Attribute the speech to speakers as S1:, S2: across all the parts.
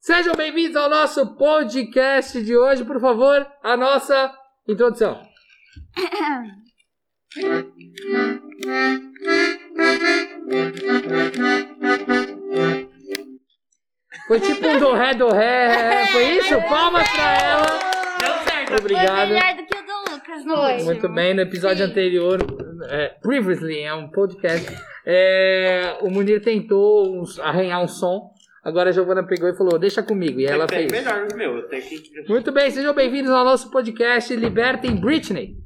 S1: Sejam bem-vindos ao nosso podcast de hoje. Por favor, a nossa introdução. Foi tipo um do ré do ré. Foi isso? Palmas pra ela.
S2: Deu certo.
S1: Obrigado.
S3: Foi melhor do que o do Lucas no último.
S1: Muito bem, no episódio
S3: Sim.
S1: anterior, é, Previously, é um podcast, é, o Munir tentou uns- arranhar um som, agora a Giovana pegou e falou, deixa comigo, e ela
S2: Tem que
S1: fez.
S2: ter É, melhor que o meu. Tem que...
S1: Muito bem, sejam bem-vindos ao nosso podcast Libertem Britney.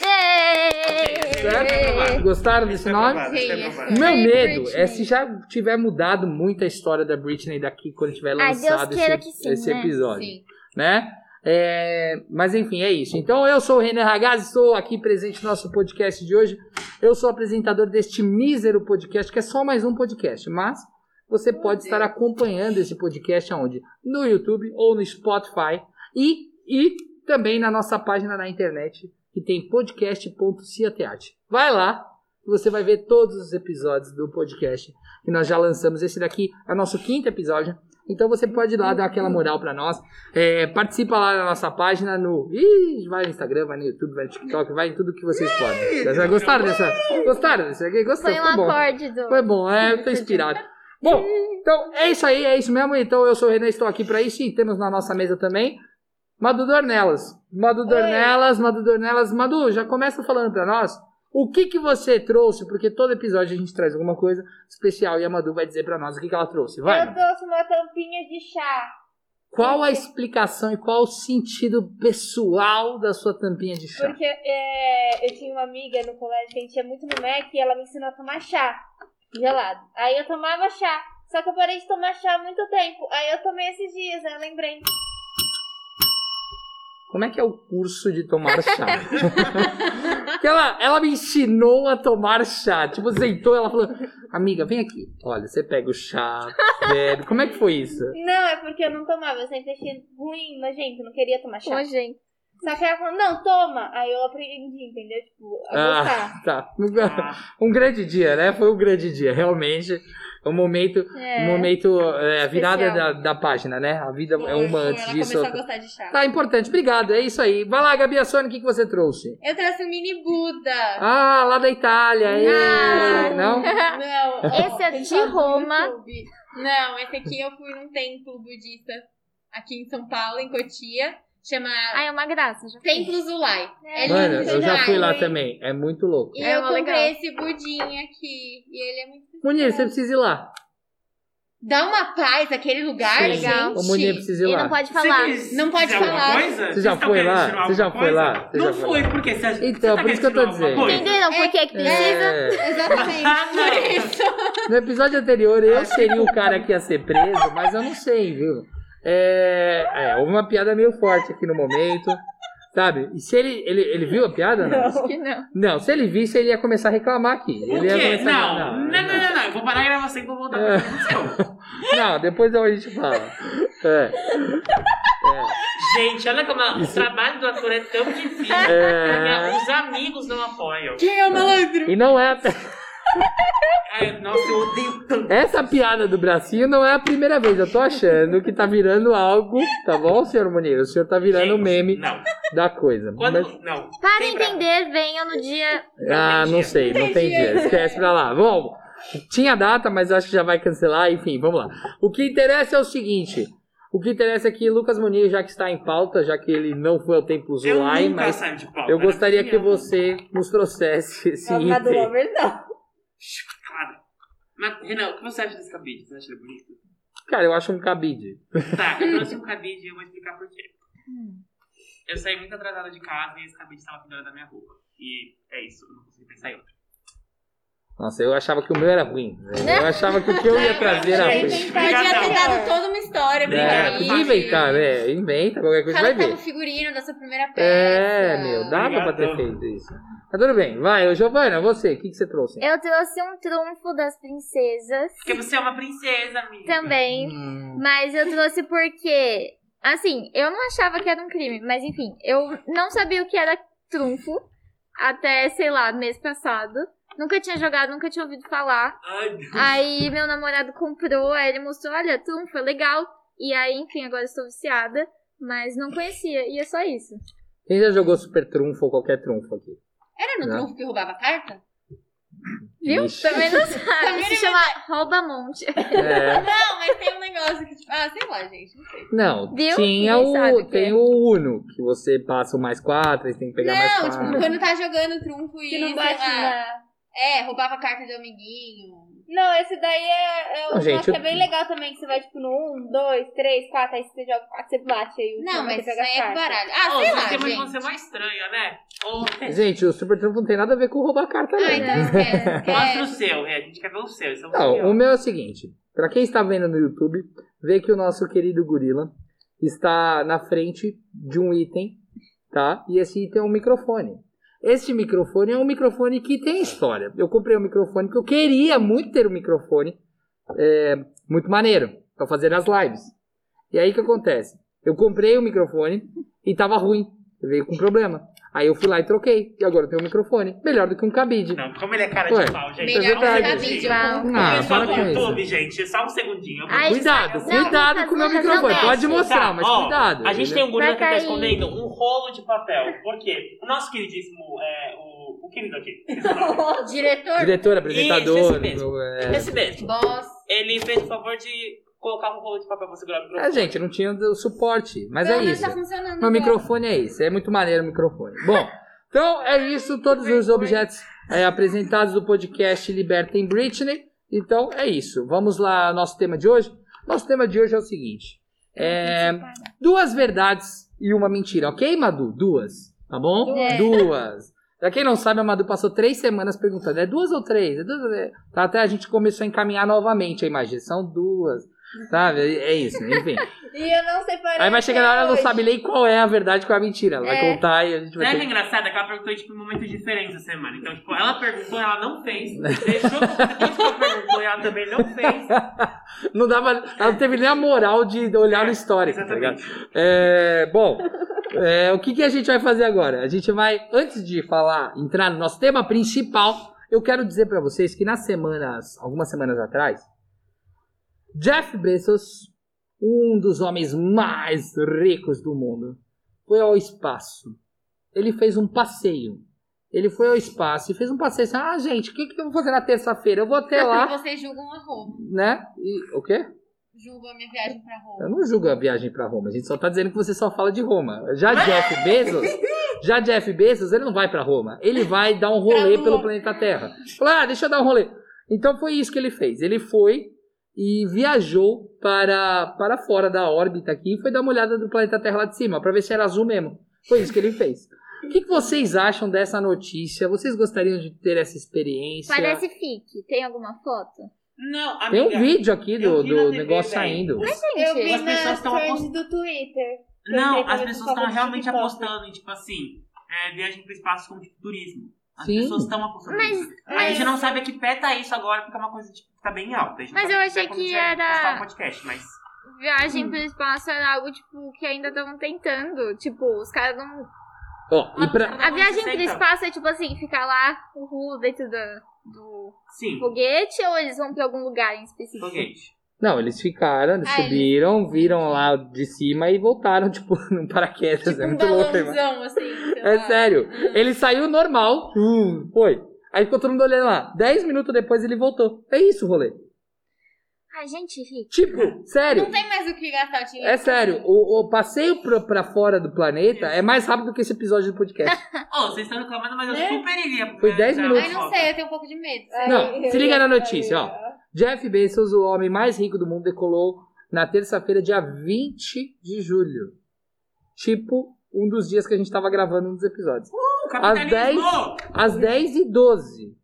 S3: Êêêê!
S2: Certo?
S1: Gostaram
S2: Isso
S1: desse
S2: é
S1: nome?
S2: aprovado, isso é
S3: Sim,
S2: aprovado.
S1: O meu
S3: Ei,
S1: medo
S3: Britney.
S1: é se já tiver mudado muito a história da Britney daqui quando tiver
S3: Ah, Deus
S1: lançado
S3: queira
S1: esse,
S3: que sim,
S1: esse
S3: né?
S1: episódio.
S3: Sim.
S1: né? É, mas enfim, é isso. Então eu sou o Renan Ragazzi, estou aqui presente no nosso podcast de hoje. Eu sou apresentador deste mísero podcast, que é só mais um podcast, mas você pode estar acompanhando esse podcast aonde? No YouTube ou no Spotify e, e também na nossa página na internet, que tem podcast.ciateate. Vai lá, você vai ver todos os episódios do podcast que nós já lançamos. Esse daqui é o nosso quinto episódio. Então você pode ir lá dar aquela moral pra nós. É, participa lá na nossa página no. Ih, vai no Instagram, vai no YouTube, vai no TikTok, vai em tudo que vocês podem. Vocês gostaram dessa? Gostaram dessa? Gostou?
S3: Foi um
S1: Ficou bom.
S3: acorde do.
S1: Foi bom, é, eu tô inspirado. Bom, então é isso aí, é isso mesmo. Então eu sou o Renan, estou aqui pra isso e temos na nossa mesa também Madu Dornelas. Madu Dornelas, Madu Dornelas. Madu, já começa falando pra nós o que que você trouxe, porque todo episódio a gente traz alguma coisa especial e a Madu vai dizer pra nós o que que ela trouxe. Vai.
S4: Eu
S1: Madu.
S4: trouxe uma tampinha de chá.
S1: Qual a explicação e qual o sentido pessoal da sua tampinha de chá?
S4: Porque é, eu tinha uma amiga no colégio que a gente ia muito no Mac e ela me ensinou a tomar chá gelado. Aí eu tomava chá. Só que eu parei de tomar chá há muito tempo. Aí eu tomei esses dias, aí eu lembrei.
S1: Como é que é o curso de tomar chá? Porque ela, ela me ensinou a tomar chá. Tipo, sentou, ela falou: Amiga, vem aqui. Olha, você pega o chá, bebe. Como é que foi isso?
S4: Não, é porque eu não tomava. Eu sempre achei ruim, nojento, não queria tomar chá.
S3: Ô, gente.
S4: Só que ela falou, não, toma. Aí eu aprendi, entendeu? Tipo, a gostar.
S1: tá.
S2: Ah,
S1: Um grande dia, né? Foi um grande dia, realmente. É um momento, um momento é, virada da,
S3: Especial.
S1: da página, né? A vida é uma antes
S3: Ela
S1: disso.
S3: começou a
S1: outra.
S3: gostar de chá.
S1: Tá, importante. Obrigado, é isso aí. Vai lá, Gabi Assone, o que, que você trouxe?
S3: Eu trouxe o mini Buda.
S1: Ah, lá da Itália.
S3: Ah.
S1: ê, Não?
S3: Não.
S4: Esse é de Roma.
S3: Não, esse aqui eu fui num templo budista aqui em São Paulo, em Cotia. Chama
S4: Ai, é uma graça. Já
S3: Templo Zulai. É lindo
S1: Mano, eu já
S3: demais.
S1: fui lá também. É muito louco.
S3: E
S4: É
S3: eu
S4: uma
S3: comprei
S4: legal.
S3: esse budinho aqui. E ele é muito.
S1: Munir, você precisa ir lá.
S3: Dá uma paz aquele
S2: Ah,
S3: lugar,
S1: Sim.
S3: legal.
S1: O Munir precisa ir
S4: Ele
S1: lá.
S4: não pode
S2: você
S4: falar.
S2: quis
S3: Não pode
S2: dizer alguma
S3: falar.
S2: coisa?
S1: Você já
S2: Vocês tão
S1: foi
S2: querendo
S1: lá?
S2: tirar
S1: Você já
S2: alguma
S1: foi
S2: coisa?
S1: lá? Você
S2: Não
S1: já foi
S2: foi, porque você acha
S1: Então,
S2: você
S1: por isso que eu tô
S2: querendo tirar
S1: dizendo.
S2: alguma coisa?
S4: Entenderam por que que precisa?
S1: É.
S3: Exatamente.
S2: Ah,
S1: No episódio anterior, eu seria o cara que ia ser preso, mas eu não sei, viu? É, é, houve uma piada meio forte aqui no momento, sabe? E se ele, ele, ele viu a piada? Não.
S3: que não.
S1: não, se ele visse, ele ia começar a reclamar aqui.
S2: não. O
S1: Ele ia
S2: quê?
S1: começar a-
S2: Não. Não, não, não, não. Eu vou parar a gravação e vou voltar
S1: É.
S2: pra você.
S1: Não, depois a gente fala. É.
S2: Gente, olha como o trabalho do ator é tão difícil.
S1: É.
S2: Os amigos não apoiam.
S3: Quem é o malandro?
S1: E não é. a-
S2: Ai, É, nossa, eu odeio tanto.
S1: Essa piada do bracinho não é a primeira vez. Eu tô achando que tá virando algo, tá bom, senhor Munir? O senhor tá virando o
S2: Gente,
S1: meme
S2: Não.
S1: da coisa.
S2: Quando.
S1: Mas-
S2: Não.
S4: Para
S2: Tem pra-
S4: entender, venham no dia...
S1: Ah, não
S2: dia.
S1: sei, não tem dia. Esquece pra lá. Bom, tinha data, mas acho que já vai cancelar. Enfim, vamos lá. O que interessa é o seguinte. O que interessa é que Lucas Munir, já que está em pauta, já que ele não foi ao Templo
S2: Eu
S1: Zulai,
S2: nunca
S1: mas
S2: saio de pau.
S1: eu gostaria que você nos trouxesse esse item.
S4: não.
S2: Claro. Mas, Renan, o que você acha desse cabide? Você acha ele bonito?
S1: Cara, eu acho um cabide.
S2: Tá, eu trouxe um cabide e eu vou explicar por quê.
S3: Hum.
S2: Eu saí muito atrasada de casa e esse cabide estava pendurado na minha roupa. E é isso, eu não consegui pensar em outro.
S1: Nossa, eu achava que o meu era ruim. né? Eu achava que o que eu ia trazer era ruim.
S2: Gente,
S3: Podia ter
S2: obrigadão.
S3: dado toda uma história pra
S1: É,
S2: Obrigado,
S3: ele.
S1: podia inventar, né? Inventa qualquer coisa, vai
S3: Cada
S1: ver.
S3: como figurino da sua primeira peça.
S1: É, meu, dava pra ter
S2: Obrigado.
S1: feito isso. Mas tudo bem, vai, ô Giovana, você, o que, que você trouxe?
S4: Eu trouxe um trunfo das princesas
S2: Porque você é uma princesa, amiga.
S3: um
S4: também.
S1: Hum,
S4: Mas eu trouxe porque, assim, eu não achava que era um crime, mas enfim, eu não sabia o que era trunfo até, sei lá, mês passado. Nunca tinha jogado, nunca tinha ouvido falar.
S2: Ai,
S4: Aí meu namorado comprou, aí ele mostrou, olha, trunfo, é legal.
S5: E aí, enfim, agora estou viciada, mas não conhecia. E é só isso.
S1: Quem já jogou super trunfo ou qualquer trunfo aqui?
S3: Era no
S1: Não.
S3: trunfo que roubava carta?
S5: Viu?
S1: Ixi.
S5: Também não
S3: Também
S5: sabe. Se
S3: não
S5: chama Rouba Monte.
S1: É.
S3: Não, mas tem um negócio que, tipo, ah, sei lá, gente, não sei.
S1: Não,
S5: Viu?
S1: tinha
S5: Ninguém sabe o
S1: o,
S5: que
S1: tem
S5: é.
S1: o Uno, que você passa o mais quatro, aí você tem que pegar mais
S3: Não,
S1: quatro.
S3: tipo, quando tá jogando trunfo e,
S4: Que não
S3: sei
S4: bate
S3: lá,
S4: na.
S3: é, roubava carta de amiguinho.
S4: Não, esse daí é, é um
S1: Não, gente,
S4: negócio que é
S1: eu-
S4: bem legal também, que você vai tipo no 1, 2, 3, 4, aí você joga 4, você bate aí. o
S3: Não,
S4: que
S3: mas
S4: você
S3: isso
S4: pega
S3: aí é
S4: carta.
S3: baralho. Ah,
S2: Ô,
S3: sei
S2: o
S3: lá,
S2: sistema de
S3: gente.
S2: você é mais estranho, né? Ô,
S1: Gente, o super trunfo não tem nada a ver com roubar carta, não.
S3: Ah, então esquece,
S2: Mostra o
S3: esquece.
S2: seu, Rê. A gente quer ver o seu. Isso é um
S1: É. Não, o
S2: pior.
S1: meu é o seguinte. Pra quem está vendo no YouTube, vê que o nosso querido gorila está na frente de um item, tá? E esse item é um microfone. Esse microfone é um microfone que tem história. Eu comprei um microfone porque eu queria muito ter um microfone é, muito maneiro pra fazer as lives. E aí o que acontece? Eu comprei o microfone e tava ruim. Veio com problema. Aí eu fui lá e troquei. E agora eu tenho um microfone. Melhor do que um cabide.
S2: Não, como ele é cara
S1: Ué,
S2: de pau, gente.
S3: Melhor um
S1: é
S3: que
S1: verdade.
S3: cabide.
S5: Uau.
S3: eu-
S1: Ah,
S2: Olha só
S1: para
S2: no
S1: com isso.
S2: YouTube, gente. Só um segundinho.
S5: Ai,
S1: Cuidado,
S5: Não,
S1: cuidado
S5: Lucas,
S1: com o meu
S5: Lucas, não
S1: microfone.
S5: mexe.
S1: Pode mostrar,
S2: Tá,
S1: mas
S2: ó,
S1: cuidado. né?
S2: A gente tem um gorila
S5: Vai
S2: que tá
S5: cair.
S2: escondendo um rolo de papel. Por quê? O nosso queridíssimo, é, o, o querido aqui.
S3: Diretor,
S1: Diretor,
S2: um Isso, esse
S1: apresentador.
S2: mesmo.
S1: É...
S2: Esse mesmo.
S3: boss.
S2: Ele fez o favor de colocar um rolo de papel pra segurar o microfone.
S1: Ah, gente, não tinha o suporte. Mas
S3: Pelo
S1: é
S3: menos
S1: isso.
S3: tá funcionando.
S1: Meu
S3: agora.
S1: microfone é esse. É muito maneiro o microfone. Bom, então é isso. Todos os objetos é, apresentados do podcast Libertem Britney. Então é isso. Vamos lá, ao nosso tema de hoje. Nosso tema de hoje é o seguinte: é, duas verdades e uma mentira, ok, Madu? Duas, tá bom?
S3: Duas.
S1: Duas. Pra quem não sabe, a Madu passou três semanas perguntando: é duas ou três? É duas ou três? Tá, até a gente começou a encaminhar novamente a imagem. São duas. Sabe? É isso, enfim.
S4: E eu não separei.
S1: Aí vai chegar na hora, ela não sabe nem qual é a verdade e qual é a mentira. Ela vai
S4: É.
S1: contar e a gente vai
S2: Sabe o que
S1: ter
S2: é engraçado? É que ela perguntou, tipo, em momentos diferentes essa semana. Então, tipo, ela perguntou, ela não fez. Deixou depois que ela perguntou e ela também não fez.
S1: que... Não dava... Ela não teve nem a moral de olhar no histórico, tá ligado?
S2: É, Exatamente.
S1: É, bom, é, o que, que a gente vai fazer agora? A gente vai, antes de falar, entrar no nosso tema principal, eu quero dizer pra vocês que nas semanas, algumas semanas atrás, Jeff Bezos, um dos homens mais ricos do mundo, foi ao espaço. Ele fez um passeio. Ele foi ao espaço e fez um passeio. assim, Ah, gente, o que, que eu vou fazer na terça-feira? Eu vou até
S3: Porque
S1: lá,
S3: Vocês julgam a Roma.
S1: né? E, o quê?
S3: Julgam a minha viagem pra Roma.
S1: Eu não julgo a viagem pra Roma, a gente só tá dizendo que você só fala de Roma. Já Jeff Bezos, já Jeff Bezos, ele não vai pra Roma. Ele vai dar um rolê
S3: Pra
S1: pelo
S3: Lua.
S1: planeta Terra. Falar, ah, deixa eu dar um rolê. Então foi isso que ele fez. Ele foi e viajou para, para fora da órbita aqui e foi dar uma olhada do planeta Terra lá de cima, pra ver se era azul mesmo. Foi isso que ele fez. O que, que vocês acham dessa notícia? Vocês gostariam de ter essa experiência?
S5: Parece fique. Tem alguma foto?
S2: Não,
S1: Tem
S2: amiga.
S1: um vídeo aqui do,
S2: eu vi na
S1: do
S2: TV,
S1: negócio
S2: velho.
S1: saindo.
S4: Eu
S5: Gente,
S4: vi
S2: As pessoas
S4: na
S2: estão
S4: trend
S2: apostando.
S4: do Twitter.
S2: Não,
S4: Tem
S2: as
S4: coisa
S2: pessoas
S4: que
S2: estão
S4: toca no
S2: realmente
S4: TikTok.
S2: apostando em, tipo assim, é, viagem pro espaço como tipo turismo. As
S1: Sim.
S2: pessoas estão apostando
S5: Mas- é.
S2: nisso. A gente não sabe a que pé tá isso agora, porque é uma coisa tipo, que tá bem alta. A gente
S5: Mas
S2: não sabe
S5: eu achei
S2: como
S5: que
S2: vai
S5: era-
S2: postar um podcast, mas...
S1: Hum.
S5: viagem pro espaço era algo, tipo, que ainda estavam tentando. Tipo, os caras não...
S1: Ó, e pra,
S5: A viagem pro espaço é, tipo assim, ficar lá, uhul, dentro da- do
S2: Sim,
S5: foguete ou eles vão pra algum lugar em específico?
S2: foguete.
S1: Não, eles ficaram, eles
S3: Ah, eles-
S1: subiram, viram lá de cima e voltaram, tipo, num paraquedas. é muito
S5: um
S1: louco, irmão.
S3: um balãozão, assim. sei
S1: É
S3: lá.
S1: sério. Ele saiu normal, hum, foi. Aí ficou todo mundo olhando lá. Dez minutos depois ele voltou. É isso, o rolê.
S5: Ai, gente, rica.
S1: Tipo, sério.
S3: Não tem né? mais o que gastar o dinheiro.
S1: É sério. O, o passeio pra, pra fora do planeta é mais rápido que esse episódio do podcast.
S2: Ô, vocês estão reclamando, mas eu
S3: Né?
S2: super iria. pra-
S1: Foi 10
S2: pra-
S1: minutos.
S3: Ai, não sei, eu tenho um pouco de medo.
S4: Aí,
S1: Não, se
S4: eu
S1: liga
S4: ia
S1: na
S4: saber.
S1: notícia, ó. Jeff Bezos, o homem mais rico do mundo, decolou na terça-feira, dia 20 de julho. Tipo, um dos dias que a gente tava gravando um dos episódios.
S2: O capitalismo!
S1: às 10 e 12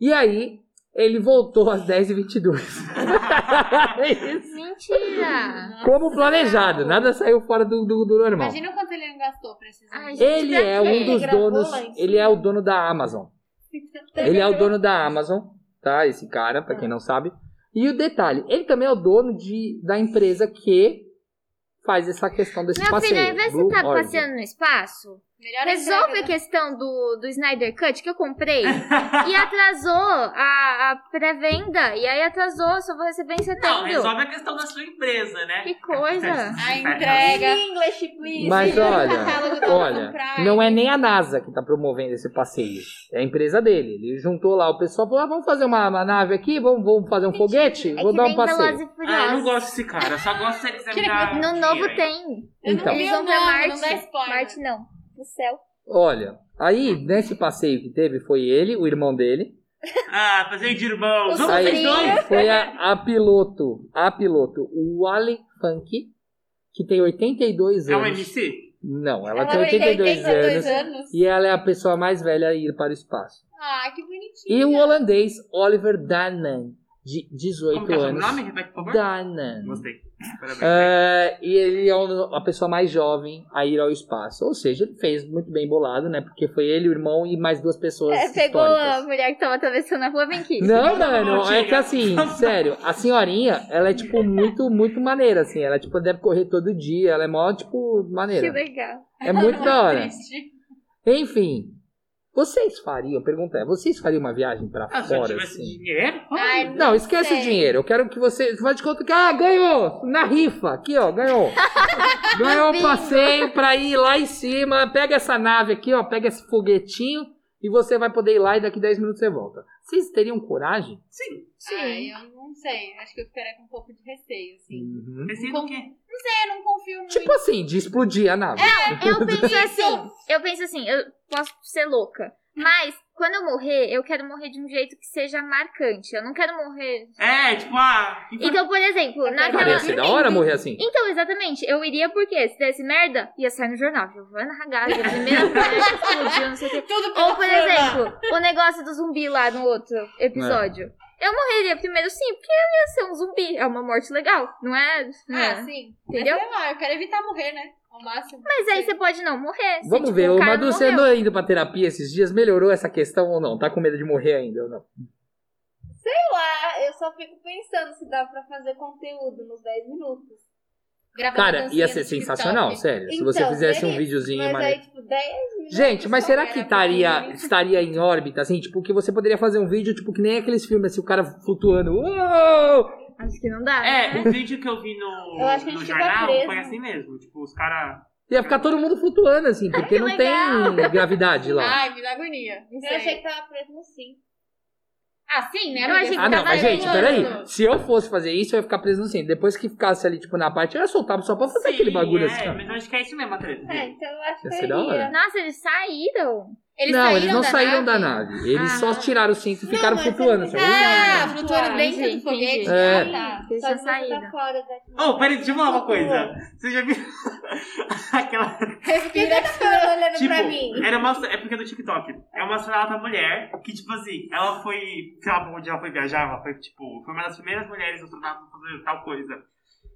S1: E aí, ele voltou às 10 e 22 É isso.
S5: Mentira!
S1: Como planejado, nada saiu fora do, do, do normal.
S3: Imagina o quanto ele não gastou pra esses
S5: Ai,
S3: amigos.
S5: gente,
S1: Ele é um
S5: Ele
S1: dos
S4: gravou
S1: donos,
S4: lá em cima.
S1: ele é o dono da Amazon. Ele é o dono da Amazon, tá? Esse cara, pra quem não sabe. E o detalhe, ele também é o dono de, da empresa que faz essa questão desse
S5: Meu
S1: passeio.
S5: filho, ao invés de
S1: Tipo assim, Blue
S5: você tá
S1: Origin.
S5: passeando no espaço,
S4: Melhor
S5: Resolve a
S4: entrega.
S5: questão do, do Snyder Cut que eu comprei e atrasou a, a pré-venda. E aí atrasou, só vou receber em
S2: Não,
S5: setembro.
S2: resolve a questão da sua empresa, né?
S5: Que coisa.
S3: A
S2: É,
S3: entrega.
S4: English, please.
S1: Mas
S4: Melhor
S1: olha,
S5: tá
S4: catálogo todo
S1: Olha,
S4: comprar.
S1: não é nem a NASA que tá promovendo esse passeio. É a empresa dele. Ele juntou lá o pessoal falou: ah, vamos fazer uma, uma nave aqui, vamos, vamos fazer um foguete,
S5: É
S1: vou
S5: que
S1: dar
S5: nem
S1: um passeio.
S5: Velozes e
S2: Ah, eu não
S5: Furiosos.
S2: gosto desse cara, eu só gosto de examinar.
S5: no
S2: aqui,
S5: novo
S2: aí.
S5: tem.
S3: Eu não
S1: Então.
S3: vi
S5: Eles
S3: o
S5: vão pra
S3: nome,
S5: Marte.
S3: Não dá spoiler.
S5: Marte não. Do céu.
S1: Olha, aí nesse passeio que teve foi ele, o irmão dele.
S2: Ah, fazer de irmão.
S5: Os
S2: Vamos vocês
S5: sobrinhos.
S2: dois?
S1: Foi a, a piloto, a piloto, o Ali Funk, que tem 82
S2: É um
S1: anos.
S2: MC?
S1: Não, ela,
S4: Ela
S1: tem
S4: tem
S1: 82,
S4: 82
S1: anos.
S3: anos.
S1: E ela é a pessoa mais velha a ir para o espaço.
S3: Ah, que
S1: E o
S3: bonitinho.
S1: holandês Oliver Danan, de 18
S2: Como que é o
S1: anos.
S2: sobrenome? Repete, por favor.
S1: Danan.
S2: Gostei. Parabéns.
S1: É, e ele é um- a pessoa mais jovem a ir ao espaço. Ou seja, ele fez muito bem bolado, né? Porque foi ele, o irmão e mais duas pessoas.
S5: É, pegou a
S1: históricas.
S5: mulher que tava atravessando a rua, vem aqui.
S1: Não, mano,
S2: Não,
S1: é
S2: chega.
S1: que assim, sério, a senhorinha, ela é tipo muito, muito maneira, assim. Ela tipo deve correr todo dia, ela é mó, tipo,
S5: Que
S1: maneira.
S5: legal.
S1: É muito da hora.
S3: Triste.
S1: Enfim, vocês fariam, pergunta é, vocês fariam uma viagem pra
S2: Ah, se eu
S1: fora,
S2: tivesse
S1: assim?
S2: dinheiro?
S3: Ai, não
S1: Não, esquece
S3: sei.
S1: o dinheiro. Eu quero que você. Faz de conta que. Ah, ganhou! Na rifa! Aqui, ó, ganhou. ganhou o
S5: Bingo.
S1: passeio pra ir lá em cima. Pega essa nave aqui, ó. Pega esse foguetinho. E você vai poder ir lá e daqui 10 minutos você volta. Vocês teriam coragem?
S2: Sim.
S3: Ai, eu não sei. Acho que eu ficaria com um pouco de receio, assim.
S1: Uhum.
S2: Pensei no quê?
S3: Eu É, não confio muito.
S1: Tipo assim, de explodir a nave.
S5: Eu penso assim, eu penso assim, eu posso ser louca. Mas quando eu morrer, eu quero morrer de um jeito que seja marcante. Eu não quero morrer.
S2: É, tipo, ah... infor-
S5: Então, por exemplo,
S1: Cara, ia
S5: naquela.
S1: ser da hora morrer assim.
S5: Então, exatamente, eu iria porque se desse merda, ia sair no jornal. Giovanna Ragazzi, a primeira mulher que explodiu, não sei o quê.
S3: Tudo pela
S5: Ou, por
S3: fama.
S5: exemplo, o negócio do zumbi lá no outro episódio. Eu morreria primeiro sim, porque eu ia ser um zumbi. É uma morte legal, não é? Não é.
S3: Ah, sim.
S5: Entendeu?
S3: Mas sei lá, eu quero evitar morrer, né? Ao máximo.
S5: Mas aí você pode não morrer. se,
S1: Vamos
S5: tipo,
S1: ver,
S5: o
S1: o
S5: cara
S1: Madu,
S5: não
S1: você é
S5: morreu.
S1: andou indo pra terapia esses dias? Melhorou essa questão ou não? Tá com medo de morrer ainda ou não?
S4: Sei lá, eu só fico pensando se dá pra fazer conteúdo nos 10 minutos.
S3: Gravando
S1: Cara,
S3: dancinha
S1: ia
S3: no
S1: ser
S3: TikTok.
S1: sensacional, sério. Se
S4: Então,
S1: você fizesse um
S4: seria.
S1: videozinho
S4: Mas
S1: maneiro.
S4: aí, tipo, 10 minutos.
S1: Gente, mas
S4: só
S1: será
S4: era
S1: que
S4: pra
S1: estaria,
S4: mim.
S1: estaria em órbita, assim? Tipo, que você poderia fazer um vídeo, tipo, que nem aqueles filmes, assim, o cara flutuando. Uou!
S5: Acho que não dá.
S2: É, o vídeo que eu vi no,
S4: Eu acho que a gente
S2: no
S4: fica
S2: jornal
S4: preso.
S2: foi assim mesmo. Tipo, os caras...
S1: Ia ficar todo mundo flutuando, assim, porque
S5: que
S1: não
S5: legal!
S1: tem gravidade lá.
S3: Ai, me dá agonia. Não
S4: Eu achei
S3: sei.
S4: que tava preso no sim.
S3: Ah, sim, né?
S5: Eu
S3: amiga?
S5: achei que
S1: Ah, não,
S5: tava
S1: mas gente, peraí.
S3: voando.
S1: Se eu fosse fazer isso, eu ia ficar preso no cinto. Depois que ficasse ali, tipo, na parte, eu ia soltar só pra fazer aquele
S2: Sim,
S1: bagulho
S2: é,
S1: assim. ó.
S2: Mas eu acho que é isso mesmo a treta.
S4: É, então eu acho
S1: Ia
S4: que
S1: ser
S4: eu
S1: da hora.
S4: iria.
S5: Nossa, eles saíram.
S3: Eles
S1: não, eles
S3: saíram
S1: não
S3: da
S1: saíram da
S3: nave?
S1: nave. Eles
S5: Ah.
S1: só tiraram o cinto e
S4: Não,
S1: ficaram
S4: mas
S1: flutuando.
S4: é
S1: Assim,
S3: Ah,
S4: Entendi,
S3: flutuando dentro
S5: entendi.
S3: do foguete.
S1: É.
S3: Ah, tá.
S5: Eles
S4: Só
S5: já
S4: de você
S5: saíram.
S4: tá fora daqui.
S2: Oh, peraí, deixa eu falar uma coisa. Você já viu aquela
S4: Por que você tá falando olhando
S2: Tipo,
S4: pra mim?
S2: era uma, é porque é do TikTok. É uma astronauta mulher que, tipo assim, ela foi. Sei lá pra onde ela foi viajar, ela foi, tipo, foi uma das primeiras mulheres astronautas a fazer tal coisa.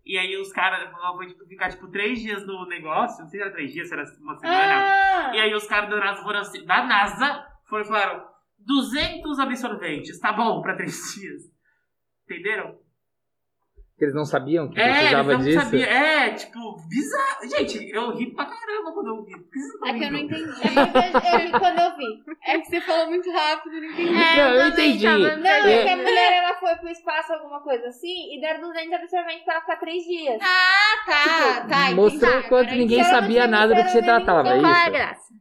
S2: E aí os caras, ela foi tipo, ficar, tipo, três dias no negócio, não sei se era três dias, se era uma semana.
S4: Ah!
S2: E aí os caras da NASA foram assim, da NASA foram e falaram: 200 absorventes, tá bom pra três dias. Entenderam?
S1: Eles não sabiam que
S2: é, eles
S1: precisava
S2: não
S1: disso.
S2: sabiam. É, tipo, bizarro. Gente, eu ri pra caramba quando eu vi. Por que vocês não
S3: É que eu não
S2: rindo?
S4: É
S3: entendi.
S4: porque eu eu vi quando eu vi.
S3: É que você falou muito rápido, não entendi.
S5: É,
S1: Não, eu
S5: também
S1: entendi.
S5: tava-
S4: Não, é que a
S1: É.
S4: mulher ela foi pro espaço, alguma coisa assim, e deram 200 absorventes pra ela ficar 3 dias.
S3: Ah, tá, tá. entendi.
S1: Mostrou o
S3: Tá,
S1: quanto
S3: peraí.
S1: ninguém
S4: Ela não
S1: sabia
S4: tinha
S1: nada do que se
S4: necessariamente
S1: tratava, é
S5: Qual é a
S1: isso?
S5: graça?